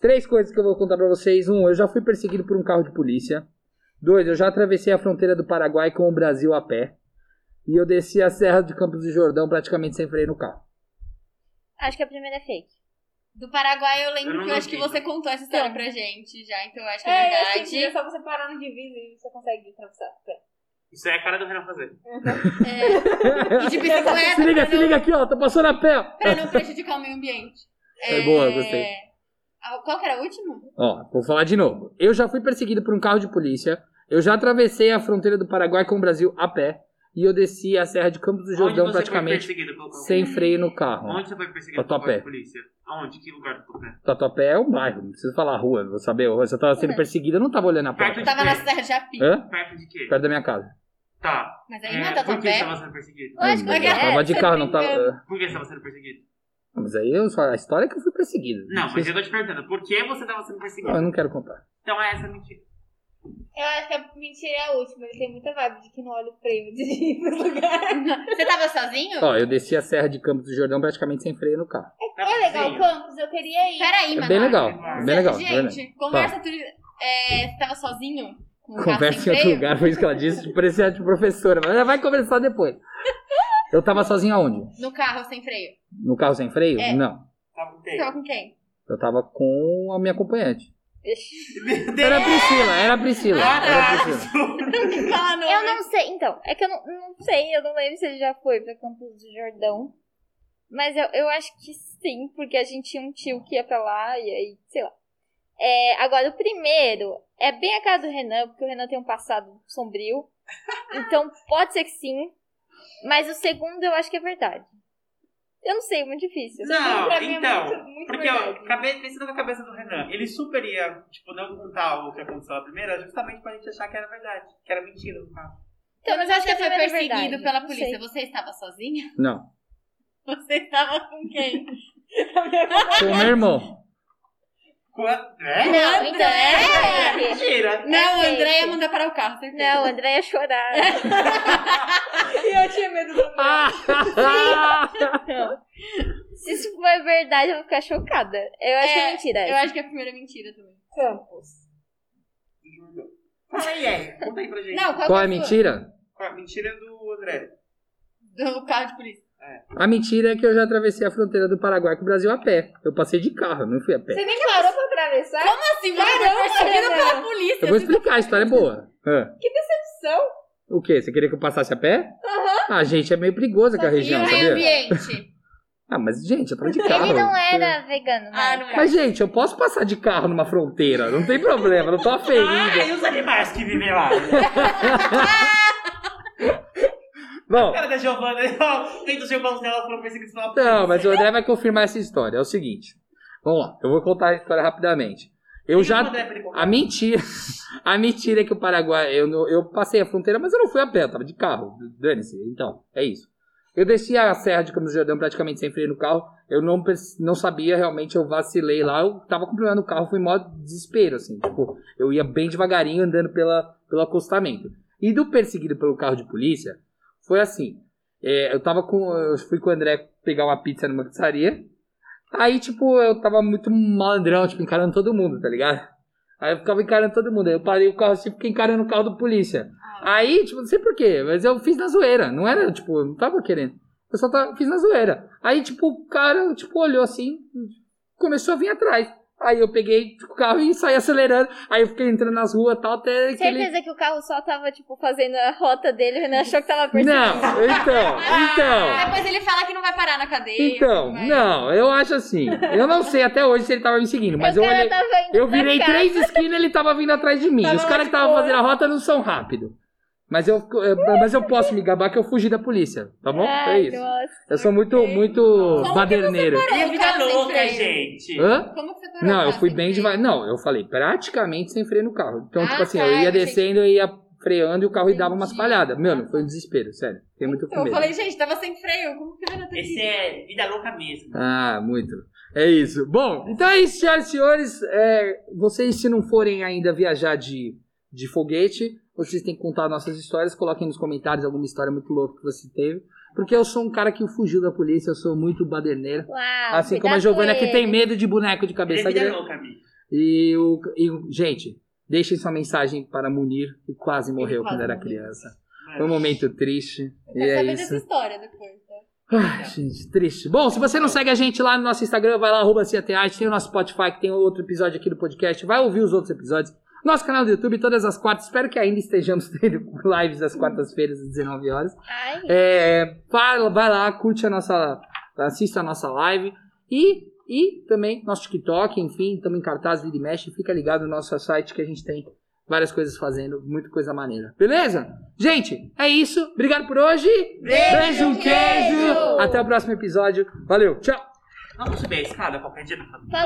S1: Três coisas que eu vou contar pra vocês. Um, eu já fui perseguido por um carro de polícia. Dois, eu já atravessei a fronteira do Paraguai com o Brasil a pé. E eu desci a Serra de Campos do Jordão praticamente sem freio no carro.
S5: Acho que a primeira é fake.
S3: Do Paraguai eu
S2: Eu
S3: lembro
S2: não
S3: que eu acho que
S2: duvido.
S3: você contou essa história pra gente já, então eu acho que é,
S4: É, eu acho que é
S3: verdade.
S4: só você parar no divisa e você consegue atravessar. Pera.
S2: Isso é a cara do Renan fazer.
S3: É. E de bicicleta. né?
S1: Se liga,
S3: pra
S1: se
S3: não-
S1: liga aqui, ó. Tô passando a pé. ó.
S3: Pra não prejudicar o meio ambiente.
S1: É boa, gostei.
S3: Ah, Qual que era o último?
S1: Ó, vou falar de novo. Eu já fui perseguido por um carro de polícia. Eu já atravessei a fronteira do Paraguai com o Brasil a pé. E eu desci a Serra de Campos do Jordão
S2: Onde você
S1: um praticamente
S2: Foi perseguido pelo carro?
S1: sem freio no carro.
S2: Onde você foi perseguido
S1: Tatuapé.
S2: pelo carro de polícia? Aonde? Que lugar do Tatuapé?
S1: Tatuapé é um bairro, não precisa falar a rua, eu vou saber. a rua. Se eu tava sendo
S5: É.
S1: perseguida, eu não tava olhando a
S3: Eu
S1: porta.
S2: Perto
S3: tava na Serra de Api.
S1: Hã?
S2: Perto de quê?
S1: Perto da minha casa.
S2: Tá.
S3: Mas aí não é
S2: por que você
S3: Tatuapé.
S2: tava sendo perseguido?
S5: Lógico
S1: Hum,
S3: que
S1: eu
S3: é,
S1: tava de
S5: você
S1: carro,
S5: tá
S1: não tava.
S5: brincando.
S2: Por que você tava sendo perseguido?
S1: Ah, Mas aí eu só, a história é que eu fui perseguido.
S2: Não, mas
S1: precisa-
S2: eu tô te perguntando. Por que você tava sendo
S1: Não, eu
S2: perseguido?
S1: não quero contar.
S2: Então é essa a mentira.
S4: Eu acho que a mentira é a última. Ele tem muita vibe de que não olha o freio antes de ir pro lugar.
S3: Você tava sozinho?
S1: Ó, eu desci a Serra de Campos do Jordão praticamente sem freio no carro.
S2: Tá
S4: É legal o
S2: sozinho?
S4: campus, eu queria ir.
S3: Peraí,
S1: É
S3: mano.
S1: bem legal,
S2: Eduardo.
S1: é bem legal. de verdade.
S3: Gente, conversa tudo. É, você tava sozinho? Com o carro
S1: Conversa
S3: sem
S1: em outro
S3: freio?
S1: lugar, foi isso que ela disse, parecia de professora, mas ela vai conversar depois. Eu tava sozinho aonde?
S3: No carro sem freio.
S1: No carro sem freio?
S3: É.
S1: Não.
S2: Tá com
S3: Você
S2: quem?
S3: tava com quem?
S1: Eu tava com a minha acompanhante.
S2: Meu Deus!
S4: Então,
S1: Era a Priscila, era a Priscila. Era a Priscila.
S3: Fala, não.
S5: Eu não sei, então, é que eu não, não sei, eu não lembro se ele já foi pra Campos do Jordão. Mas eu, eu acho que sim, porque a gente tinha um tio que ia pra lá e aí, sei lá. É, agora, o primeiro é bem a cara do Renan, porque o Renan tem um passado sombrio. Então, pode ser que sim. Mas o segundo eu acho que é verdade. Eu não sei, é muito difícil.
S2: Não,
S4: pra mim é
S2: então,
S4: muito- muito
S2: porque
S4: verdade. né?
S2: eu acabei pensando na cabeça do Renan. Ele super ia, tipo, não contar o que aconteceu na primeira, justamente pra gente achar que era verdade, que era mentira no caso.
S5: Então,
S3: mas
S5: eu
S3: eu acho que
S5: a
S3: você foi
S5: primeira é
S3: perseguido
S5: verdade,
S3: pela
S5: não
S3: polícia.
S5: sei.
S3: Você estava sozinho?
S1: Não.
S3: Você estava com quem?
S1: Com o meu irmão.
S2: Quando? É?
S5: Não, então é. fake.
S2: Mentira!
S3: Não,
S5: fake.
S3: André ia mandar para o carro, certeza.
S5: Não, é o André ia chorar.
S4: E eu tinha medo do André.
S5: Não. Se isso for verdade, eu vou ficar chocada. Eu acho que é mentira.
S3: Eu acho que é a primeira mentira também.
S4: é Campus.
S2: Fala aí, é. Conta aí pra gente. é
S3: Não,
S1: Qual
S3: qual, que
S1: é
S3: a
S1: a
S3: sua?
S1: mentira?
S2: A mentira do André.
S3: Do carro de polícia.
S1: A mentira é que eu já atravessei a fronteira do Paraguai com o Brasil a pé. Eu passei de carro, eu não fui a pé.
S4: Você nem parou pra atravessar?
S3: Assim, você foi
S4: Caramba,
S3: perseguido
S4: Renan.
S3: pela polícia.
S1: Eu vou explicar, a história é boa. Hã?
S4: São?
S1: O quê? Você queria que eu passasse a pé? Ah, gente, é meio perigoso aquela
S3: e
S1: região,
S3: o meio
S1: sabia?
S3: ambiente?
S1: Ah, mas, gente, eu tava de carro.
S5: Ele não era vegano, né?
S3: ah, não é.
S1: Mas, gente, eu posso passar de carro numa fronteira, não tem problema, não tô
S2: Ah,
S1: aferido.
S2: e os animais que vivem lá?
S1: Bom,
S2: O cara da Giovana, nem dos irmãos dela foram perseguidos pela polícia.
S1: não, então, mas o André vai confirmar essa história. É o seguinte, vamos lá, eu vou contar a história rapidamente. Eu
S2: Liga pro
S1: já.
S2: André pra ele contar.
S1: A mentira. A mentira é que o Paraguai. Eu, não- eu passei a fronteira, mas eu não fui a pé, eu tava de carro. Dane-se. Então, é isso. Eu desci a Serra de Campos do Jordão praticamente sem freio no carro. Eu não, perce- não sabia realmente, eu vacilei lá. Eu tava acompanhando o carro, fui em maior desespero, assim. Tipo, eu ia bem devagarinho andando pela, pelo acostamento. E do perseguido pelo carro de polícia, foi assim. é, eu tava com. Eu fui com o André pegar uma pizza numa pizzaria. Aí, tipo, eu tava muito malandrão, tipo, encarando todo mundo, tá ligado? Aí eu ficava encarando todo mundo. Aí eu parei o carro assim, fiquei encarando o carro do polícia. Aí, tipo, não sei porquê, mas eu fiz na zoeira. Não era, tipo, eu não tava querendo. Eu só tava, fiz na zoeira. Aí, tipo, o cara, tipo, olhou assim, começou a vir atrás. Aí eu peguei tipo, o carro e saí acelerando. Aí eu fiquei entrando nas ruas e tal, até que ele...
S5: Certeza que o carro só tava, tipo, fazendo a rota dele, o Renan achou que tava perseguindo.
S1: Não, então, então...
S3: Ah, Depois ele fala que não vai parar na cadeia.
S1: Então,
S3: mas-
S1: não, eu acho assim. Eu não sei até hoje se ele tava me seguindo, mas
S5: o
S1: eu
S3: tá
S5: cara
S4: tá
S1: olhei.
S5: tava indo
S1: Eu
S5: pra
S1: virei
S5: casa.
S1: três esquinas e ele tava vindo atrás de mim.
S4: Tava
S1: Os
S4: lá
S1: caras
S4: de
S1: que estavam
S4: boa.
S1: fazendo a rota não são rápidos. Mas eu, eu- mas eu posso me gabar que eu fugi da polícia, tá bom?
S5: Ai,
S1: é isso.
S5: nossa.
S1: Eu sou muito, muito
S3: que você
S1: baderneiro.
S3: parou?
S2: Ele é
S3: o
S2: vida
S3: carro sem
S2: louca,
S3: freio.
S2: gente.
S1: Hã?
S3: Como que você parou?
S1: Não,
S3: o
S1: eu
S3: carro
S1: fui
S3: sem
S1: bem
S3: freio?
S1: devagar. Não, eu falei, praticamente sem freio no carro. Então,
S3: Ah,
S1: tipo assim,
S3: tá,
S1: eu ia
S3: eu achei-
S1: descendo, eu ia freando e o carro dava umas
S3: Entendi.
S1: falhadas. Mano, foi um desespero, sério. Fiquei muito com
S3: Então, eu
S1: medo.
S3: falei, gente, tava sem freio. Como que vai dar
S2: Esse é vida louca mesmo.
S1: Ah, muito. É isso. Bom, então é isso, senhoras e senhores. É, vocês, se não forem ainda viajar de, de foguete, Vocês têm que contar nossas histórias. Coloquem nos comentários alguma história muito louca que você teve. Porque eu sou um cara que fugiu da polícia, eu sou muito baderneiro.
S5: Uau,
S1: Assim como a
S5: cuidado
S1: Giovana
S5: com
S1: que
S5: ele.
S1: tem medo de boneco de
S2: Ele
S1: cabeça
S2: é vida
S1: grande.
S2: louca, Bi.
S1: E, o, e o- gente, deixem sua mensagem para Munir, que quase morreu
S3: quase
S1: quando era
S3: morreu.
S1: criança.
S2: Mas-
S1: Foi um momento triste. E
S3: Quero
S1: é
S3: saber
S1: isso.
S3: dessa história depois, tá?
S1: Ai, gente, triste. Bom, se você não segue a gente lá no nosso Instagram, vai lá, arroba CATarte, tem o nosso Spotify, que tem outro episódio aqui do podcast, vai ouvir os outros episódios. Nosso canal do YouTube, todas as quartas, espero que ainda estejamos tendo lives às quartas-feiras, às 19 horas.
S5: Ai,
S1: É, vai, vai lá, curte a nossa. Assista a nossa live. E, e também nosso TikTok, enfim, estamos em cartaz, vira e mexe. Fica ligado no nosso site que a gente tem várias coisas fazendo, muita coisa maneira. Beleza? Gente, é isso. Obrigado por hoje. Beijo, queijo. Até o próximo episódio. Valeu, tchau.
S2: Vamos subir a escada qualquer dia pra fazer.